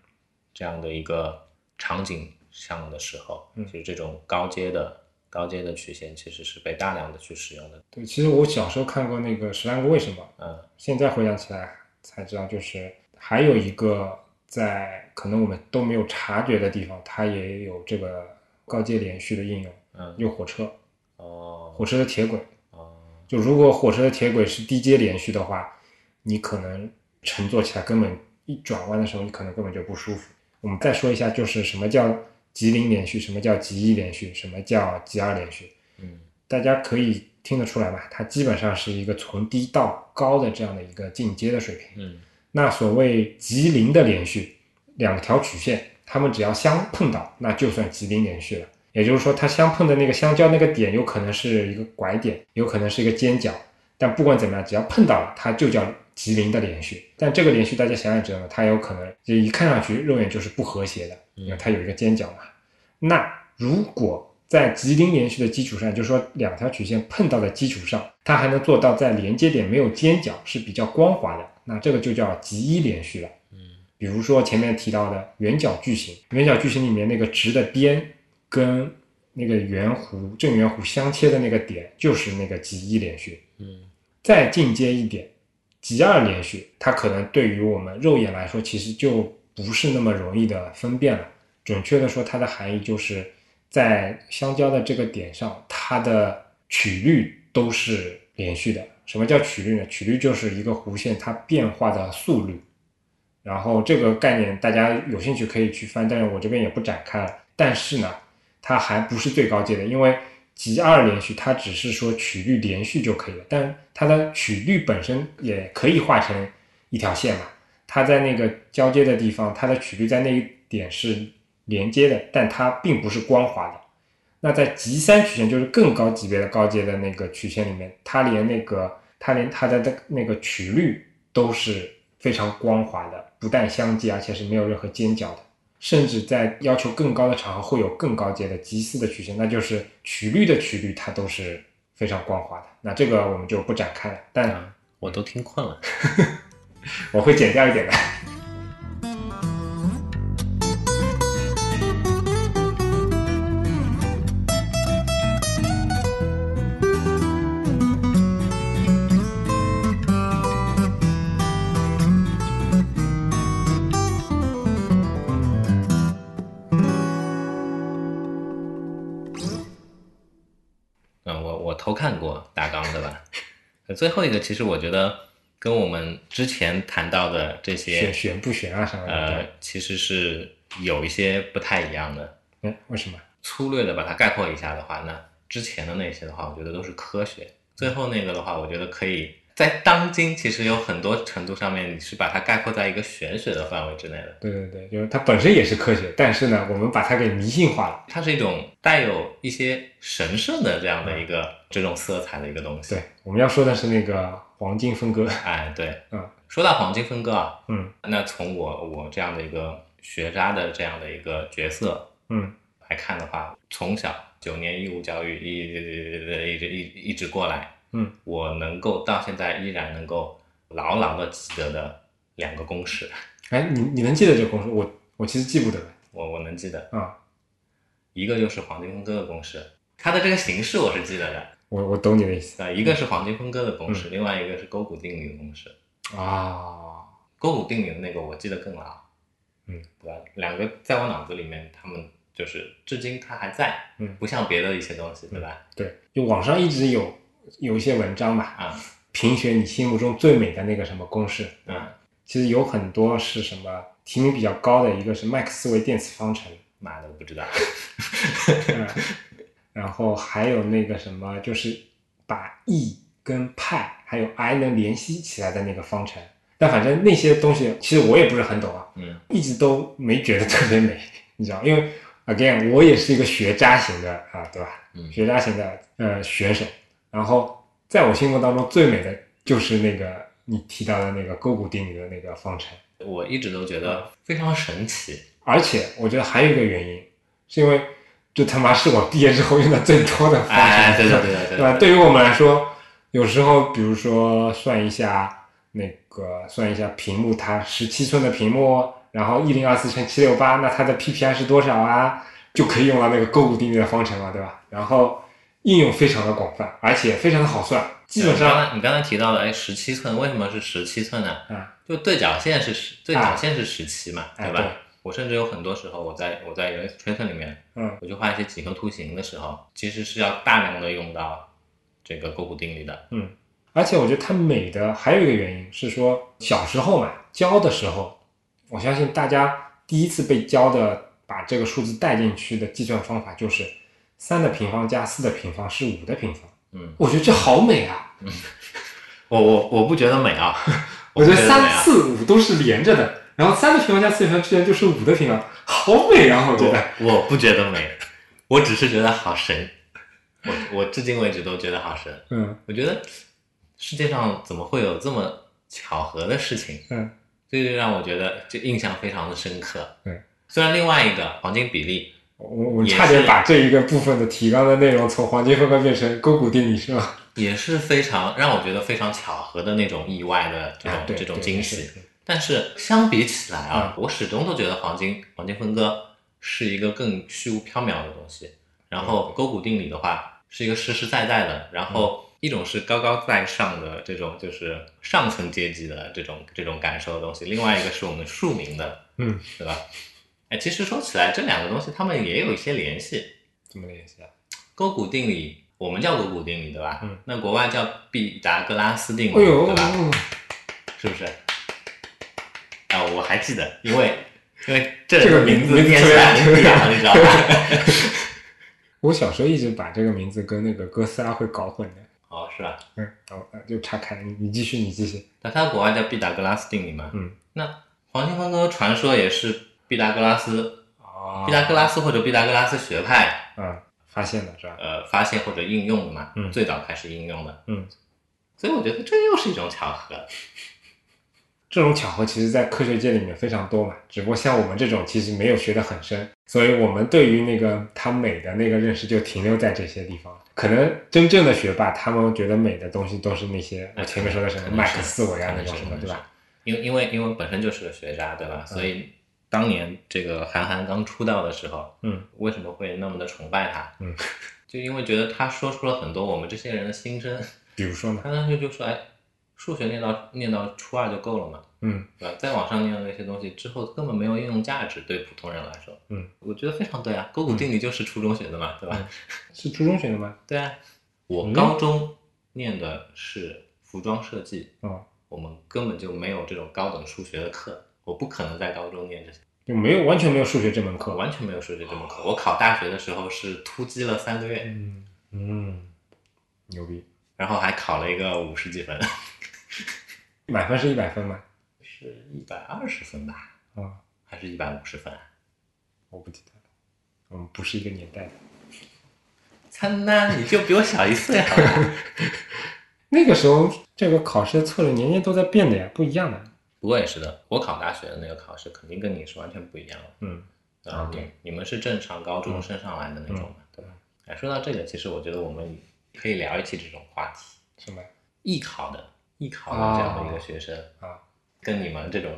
这样的一个场景上的时候，嗯其实这种高阶的高阶的曲线其实是被大量的去使用的，对，其实我小时候看过那个《十万个为什么》，嗯现在回想起来才知道，就是还有一个在可能我们都没有察觉的地方，它也有这个高阶连续的应用，嗯，就火车，哦火车的铁轨。哦，就如果火车的铁轨是低阶连续的话，你可能乘坐起来根本一转弯的时候，你可能根本就不舒服。我们再说一下，就是什么叫极零连续，什么叫极一连续，什么叫极二连续。嗯大家可以听得出来吧？它基本上是一个从低到高的这样的一个进阶的水平。嗯那所谓极零的连续，两条曲线，它们只要相碰到，那就算极零连续了。也就是说，它相碰的那个相交那个点，有可能是一个拐点，有可能是一个尖角，但不管怎么样，只要碰到了，它就叫极零的连续。但这个连续大家想想知道吗？它有可能就一看上去肉眼就是不和谐的，因为它有一个尖角嘛。那如果在极零连续的基础上，就是说两条曲线碰到的基础上，它还能做到在连接点没有尖角，是比较光滑的，那这个就叫极一连续了。嗯比如说前面提到的圆角矩形，圆角矩形里面那个直的边跟那个圆弧正圆弧相切的那个点，就是那个极一连续。嗯再进阶一点，极二连续，它可能对于我们肉眼来说，其实就不是那么容易的分辨了。准确的说，它的含义就是在相交的这个点上，它的曲率都是连续的。什么叫曲率呢？曲率就是一个弧线它变化的速率。然后这个概念大家有兴趣可以去翻，但是我这边也不展开了。但是呢，它还不是最高阶的，因为极二连续它只是说曲率连续就可以了，但它的曲率本身也可以画成一条线嘛。它在那个交接的地方，它的曲率在那一点是连接的，但它并不是光滑的。那在极三曲线，就是更高级别的高阶的那个曲线里面，它连那个它连它的那个那个曲率都是非常光滑的，不但相接，而且是没有任何尖角的。甚至在要求更高的场合，会有更高阶的极四的曲线，那就是曲率的曲率，它都是非常光滑的。那这个我们就不展开了，但啊，我都听困了，我会剪掉一点的。 *laughs* 嗯，我我偷看过大纲的吧，最后一个其实我觉得跟我们之前谈到的这些选选不选啊什么呃的，，其实是有一些不太一样的。嗯、为什么？粗略的把它概括一下的话，那之前的那些的话，我觉得都是科学。最后那个的话，我觉得可以在当今，其实有很多程度上面，你是把它概括在一个玄学的范围之内的。对对对，就是它本身也是科学，但是呢，我们把它给迷信化了。它是一种带有一些神圣的这样的一个这种色彩的一个东西。对，，我们要说的是那个黄金分割。哎，对，嗯，说到黄金分割啊，嗯那从我我这样的一个学渣的这样的一个角色嗯来看的话，从小九年义务教育一一一直一一直过来，嗯，我能够到现在依然能够牢牢的记得的两个公式， *laughs* 哎，你你能记得这个公式？我我其实记不得我我能记得，啊、一个就是黄金分割的公式，它的这个形式我是记得的，我我懂你的意思啊，一个是黄金分割的公嗯式，另外一个是勾股定律的公式，啊。勾股定律的那个我记得更牢，嗯，对吧？两个在我脑子里面，他们就是至今它还在，嗯不像别的一些东西，对吧？对，就网上一直有有一些文章嘛，啊，评选你心目中最美的那个什么公式，嗯，其实有很多是什么提名比较高的，一个是麦克斯韦电磁方程，妈的，我不知 *laughs* 道，嗯然后还有那个什么，就是把 e 跟派还有 i 能联系起来的那个方程。但反正那些东西，其实我也不是很懂啊，嗯一直都没觉得特别美，你知道？因为 again，我也是一个学渣型的啊，对吧？嗯学渣型的呃选手。然后在我心目当中最美的就是那个你提到的那个勾股定理的那个方程。我一直都觉得非常 *laughs* 神奇，而且我觉得还有一个原因，是因为这他妈是我毕业之后用的最多的方程。哎， *laughs* 对对对对对吧？对于我们来说，有时候比如说算一下那个算一下屏幕，它十七寸的屏幕，然后一零二四乘七六八，那它的 PPI 是多少啊？就可以用到那个勾股定律的方程了，对吧？然后应用非常的广泛，而且非常的好算，基本你上刚才你刚才提到的，哎，十七寸为什么是十七寸呢？嗯，啊就对角线是十，对角线是十七嘛，哎对吧？对我甚至有很多时候，我在我在 Illustrator 里面，嗯，我去画一些几何图形的时候，其实是要大量的用到这个勾股定律的。而且我觉得它美的还有一个原因是说，小时候嘛，教的时候，我相信大家第一次被教的把这个数字带进去的计算方法就是三的平方加四的平方是五的平方。嗯，我觉得这好美啊！我我我不觉得美 *laughs* 啊，我不觉得觉美三啊。四五都是连着的，然后三的平方加四的平方之间就是五的平方，好美啊！我觉得，我我不觉得美，我只是觉得好神。我我至今为止都觉得好神。嗯我觉得世界上怎么会有这么巧合的事情？嗯，这就让我觉得这印象非常的深刻。嗯，虽然另外一个黄金比例，我我也是差点把这一个部分的提纲的内容从黄金分割变成勾股定理是吧？也是非常让我觉得非常巧合的那种意外的这 *laughs* 种、啊，对，哦这种对惊。对嗯喜。对但是相比起来啊，我始终都觉得黄金黄金分割是一个更虚无缥缈的东西。然后勾股定理的话，是一个实实在在的。然嗯后一种是高高在上的这种，就是上层阶级的这种这种感受的东西；，另外一个是我们庶民的，嗯，对吧？哎，其实说起来，这两个东西它们也有一些联系。怎么联系啊？勾股定理，我们叫勾股定理，对吧？嗯。那国外叫毕达哥拉斯定哎理，呦对，吧？是不是？啊，我还记得，因为因为这这个名字名字念起来很特别 *laughs* 屌，你知道吧？ *laughs* 我小时候一直把这个名字跟那个哥斯拉会搞混的。哦，是吧？嗯，好，呃就岔开，你你继续，你继续。那它国外叫毕达哥拉斯定理嘛？嗯。那黄金分割传说也是毕达哥拉斯、哦毕达哥拉斯或者毕达哥拉斯学派嗯，发现了是吧？呃发现或者应用的嘛？嗯最早开始应用的。嗯。所以我觉得这又是一种巧合。这种巧合其实，在科学界里面非常多嘛，只不过像我们这种其实没有学得很深，所以我们对于那个它美的那个认识就停留在这些地方。可能真正的学霸，他们觉得美的东西都是那些我前面说的嗯什么麦克斯韦啊那种什么，对吧？？嗯因为因为因为本身就是个学渣，对吧？所以当年这个韩寒刚出道的时候，嗯，为什么会那么的崇拜他？嗯，就因为觉得他说出了很多我们这些人的心声。比如说呢，他当时就说：“哎，数学念到念到初二就够了嘛，嗯对吧？再往上念的那些东西之后根本没有应用价值，对普通人来说，嗯，我觉得非常对啊。勾股定理就是初中学的嘛，对吧？是初中学的吗？对啊，我嗯高中念的是服装设计，哦，我们根本就没有这种高等数学的课，我不可能在高中念这些，就没有完全没有数学这门课我。完全没有数学这门课。我考大学的时候是突击了三个月，嗯嗯，牛逼，然后还考了一个五十几分，满分是一百分吗？是一百二十分吧，啊、还是一百五十分啊？我不记得了，我们不是一个年代的。灿烂，你就比我小一岁 *laughs* 好吧？那个时候，这个考试的策略年年都在变的呀，不一样的。不过也是的，我考大学的那个考试肯定跟你是完全不一样的。嗯，啊啊，你对你们是正常高嗯中升上来的那种嘛，对吧？哎，说到这个，其实我觉得我们可以聊一期这种话题，什么？艺考的艺考的这样的一个学生啊，跟你们这种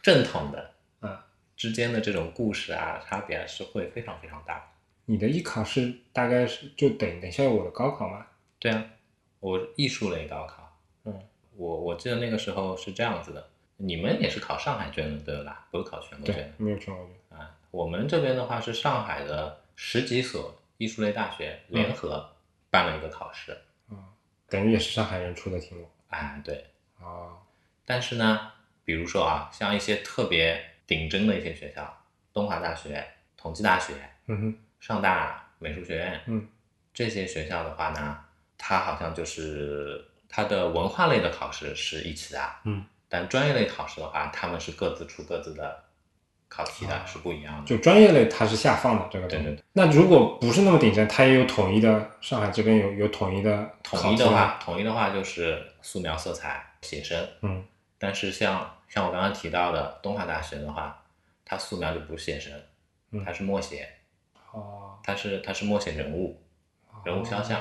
正统的啊，之间的这种故事啊差别啊是会非常非常大的。你的艺考是大概是就等等效于我的高考吗？对啊，我艺术类高考，嗯，我我记得那个时候是这样子的，你们也是考上海卷的对吧？不是考全国卷对，没有全国卷。的啊，我们这边的话是上海的十几所艺术类大学联合办了一个考试，嗯等于也是上海人出的题目哎，对。啊。但是呢，比如说啊，像一些特别顶针的一些学校，东华大学、同济大学、嗯哼，上大美术学院，嗯，这些学校的话呢，它好像就是它的文化类的考试是一起的，啊嗯，但专业类考试的话，他们是各自出各自的考题的，啊是不一样的。就专业类它是下放的这个东对西。对对，那如果不是那么顶尖，它也有统一的，上海这边有有统一的统一考的题吗，话，统一的话就是素描、色彩、写生，嗯，但是像像我刚刚提到的东华大学的话，它素描就不是写生嗯，它是默写，哦，它是它是默写人物，人物肖像。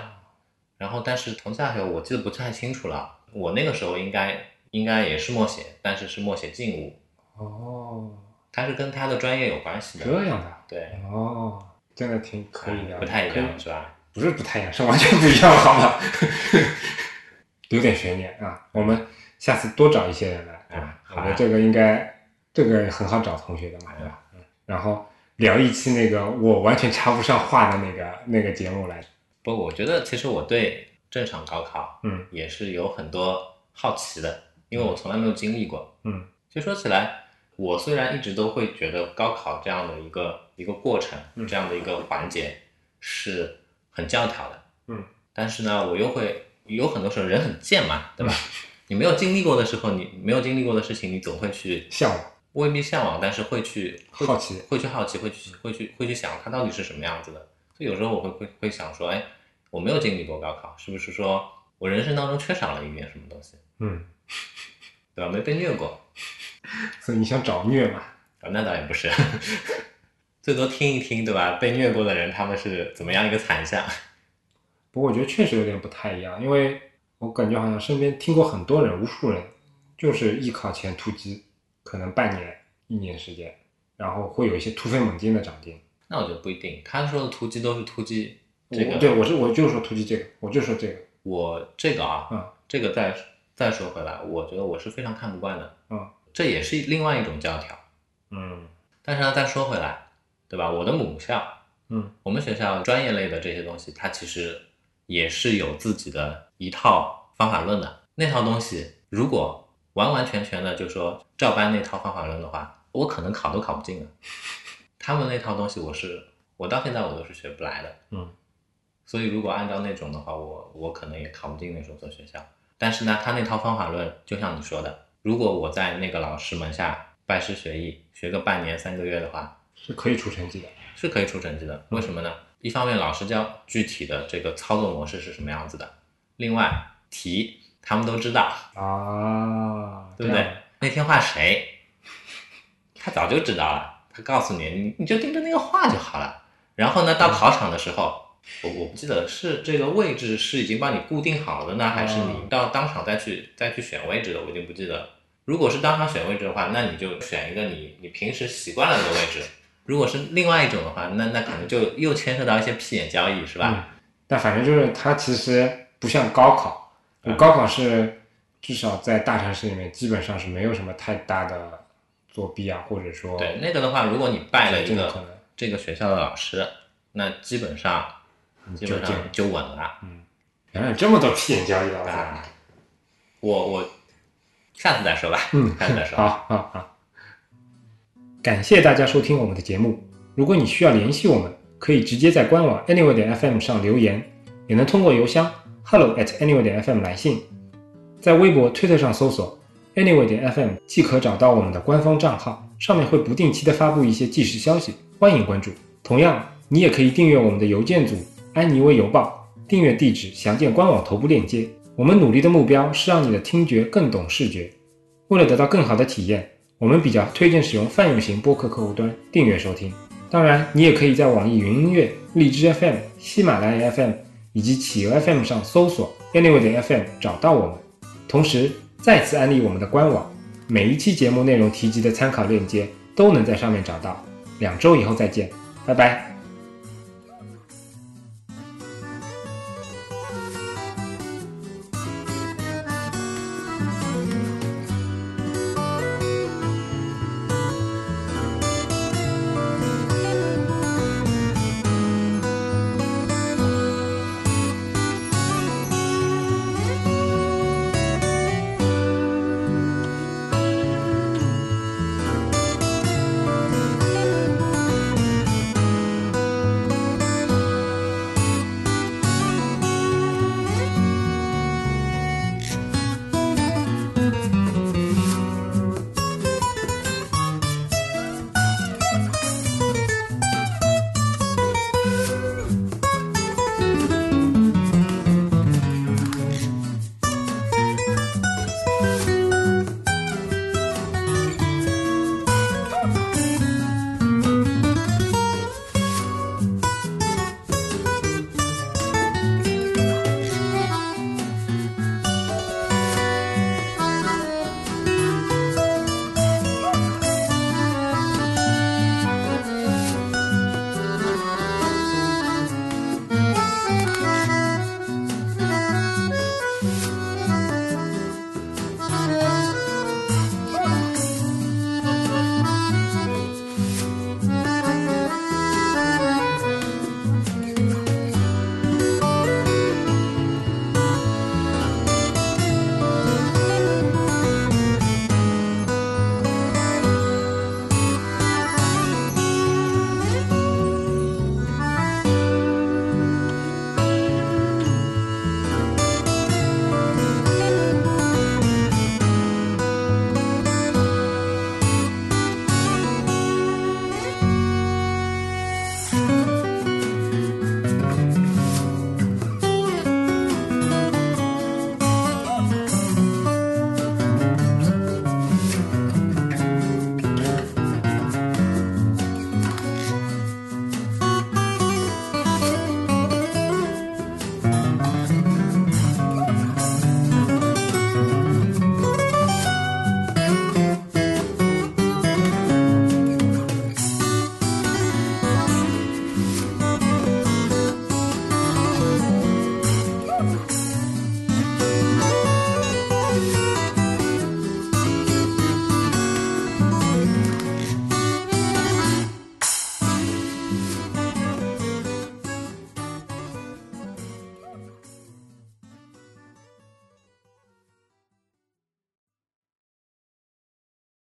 然后，但是同济大学我记得不太清楚了，我那个时候应该应该也是默写，但是是默写静物，哦，它是跟他的专业有关系的。这样的，对，哎哦，真的挺可以的，不太一可以样是吧？不是不太一样，是完全不一样，好吗？有点悬念啊，我们下次多找一些人来，对吧啊？我好啊觉得这个应该，这个很好找同学的嘛，对吧？嗯然后聊一期那个我完全插不上话的那个那个节目来，不，我觉得其实我对正常高考嗯也是有很多好奇的，因为我从来没有经历过。嗯其实说起来，我虽然一直都会觉得高考这样的一个一个过程，嗯这样的一个环节是很教条的，嗯，但是呢，我又会有很多时候人很贱嘛，对嗯吧？你没有经历过的时候，你没有经历过的事情，你总会去向往未必向往，但是会去会好奇会去好奇，会去会去会去想它到底是什么样子的。所以有时候我会会会想说，哎，我没有经历过高考，是不是说我人生当中缺少了一点什么东西，嗯，对吧？没被虐过。所以你想找虐嘛？啊，那倒也不是， *laughs* 最多听一听，对吧？被虐过的人他们是怎么样一个惨象？不过我觉得确实有点不太一样，因为我感觉好像身边听过很多人，无数人就是艺考前突击，可能半年、一年时间，然后会有一些突飞猛进的长进。那我觉得不一定，他说的突击都是突击我这个，对我是我就说突击这个，我就说这个，我这个啊，嗯这个再再说回来，我觉得我是非常看不惯的，嗯，这也是另外一种教条。嗯但是呢，再说回来，对吧？我的母校，嗯我们学校专业类的这些东西，它其实也是有自己的一套方法论的。那套东西如果完完全全的就说照搬那套方法论的话， *laughs* 我可能考都考不 *laughs* 进了。啊他们那套东西，我是我到现在我都是学不来的。嗯所以如果按照那种的话，我我可能也考不进那种所学校。但是呢，他那套方法论，就像你说的，如果我在那个老师门下拜师学艺，学个半年三个月的话，是可以出成绩的。是可以出成绩的。为什么呢？一方面老师教具体的这个操作模式是什么样子的，另外题他们都知道，啊，对不这对样？那天画谁， *laughs* 他早就知道了，他告诉你，你你就盯着那个画就好了。然后呢，到考场的时候，我我不记得是这个位置是已经帮你固定好了呢，还是你到当场再去再去选位置的，我已经不记得了。如果是当场选位置的话，那你就选一个你你平时习惯了的位置。如果是另外一种的话，那那可能就又牵涉到一些屁眼交易，是吧？嗯，但反正就是它其实不像高考，嗯高考是至少在大城市里面基本上是没有什么太大的作弊啊，或者说对，那个的话，如果你拜了一这个可个能这个学校的老师，那基本上你基就本这样上就稳了嗯原来有这么多屁眼交易啊！我操啊。我我下次再说吧， *laughs* 嗯下次再说。好，好，好。感谢大家收听我们的节目。如果你需要联系我们，可以直接在官网 anyway 点 fm 上留言，也能通过邮箱 hello at anyway 点 fm 来信。在微博、推特上搜索 anyway 点 fm 即可找到我们的官方账号，上面会不定期的发布一些即时消息，欢迎关注。同样，你也可以订阅我们的邮件组“安妮微邮报”，订阅地址详见官网头部链接。我们努力的目标是让你的听觉更懂视觉。为了得到更好的体验，我们比较推荐使用泛用型播客客户端订阅收听。当然，你也可以在网易云音乐、荔枝 FM、喜马拉雅 FM 以及企鹅 FM 上搜索 Anyway 点 FM 找到我们。同时，再次安利我们的官网，每一期节目内容提及的参考链接都能在上面找到。两周以后再见，拜拜。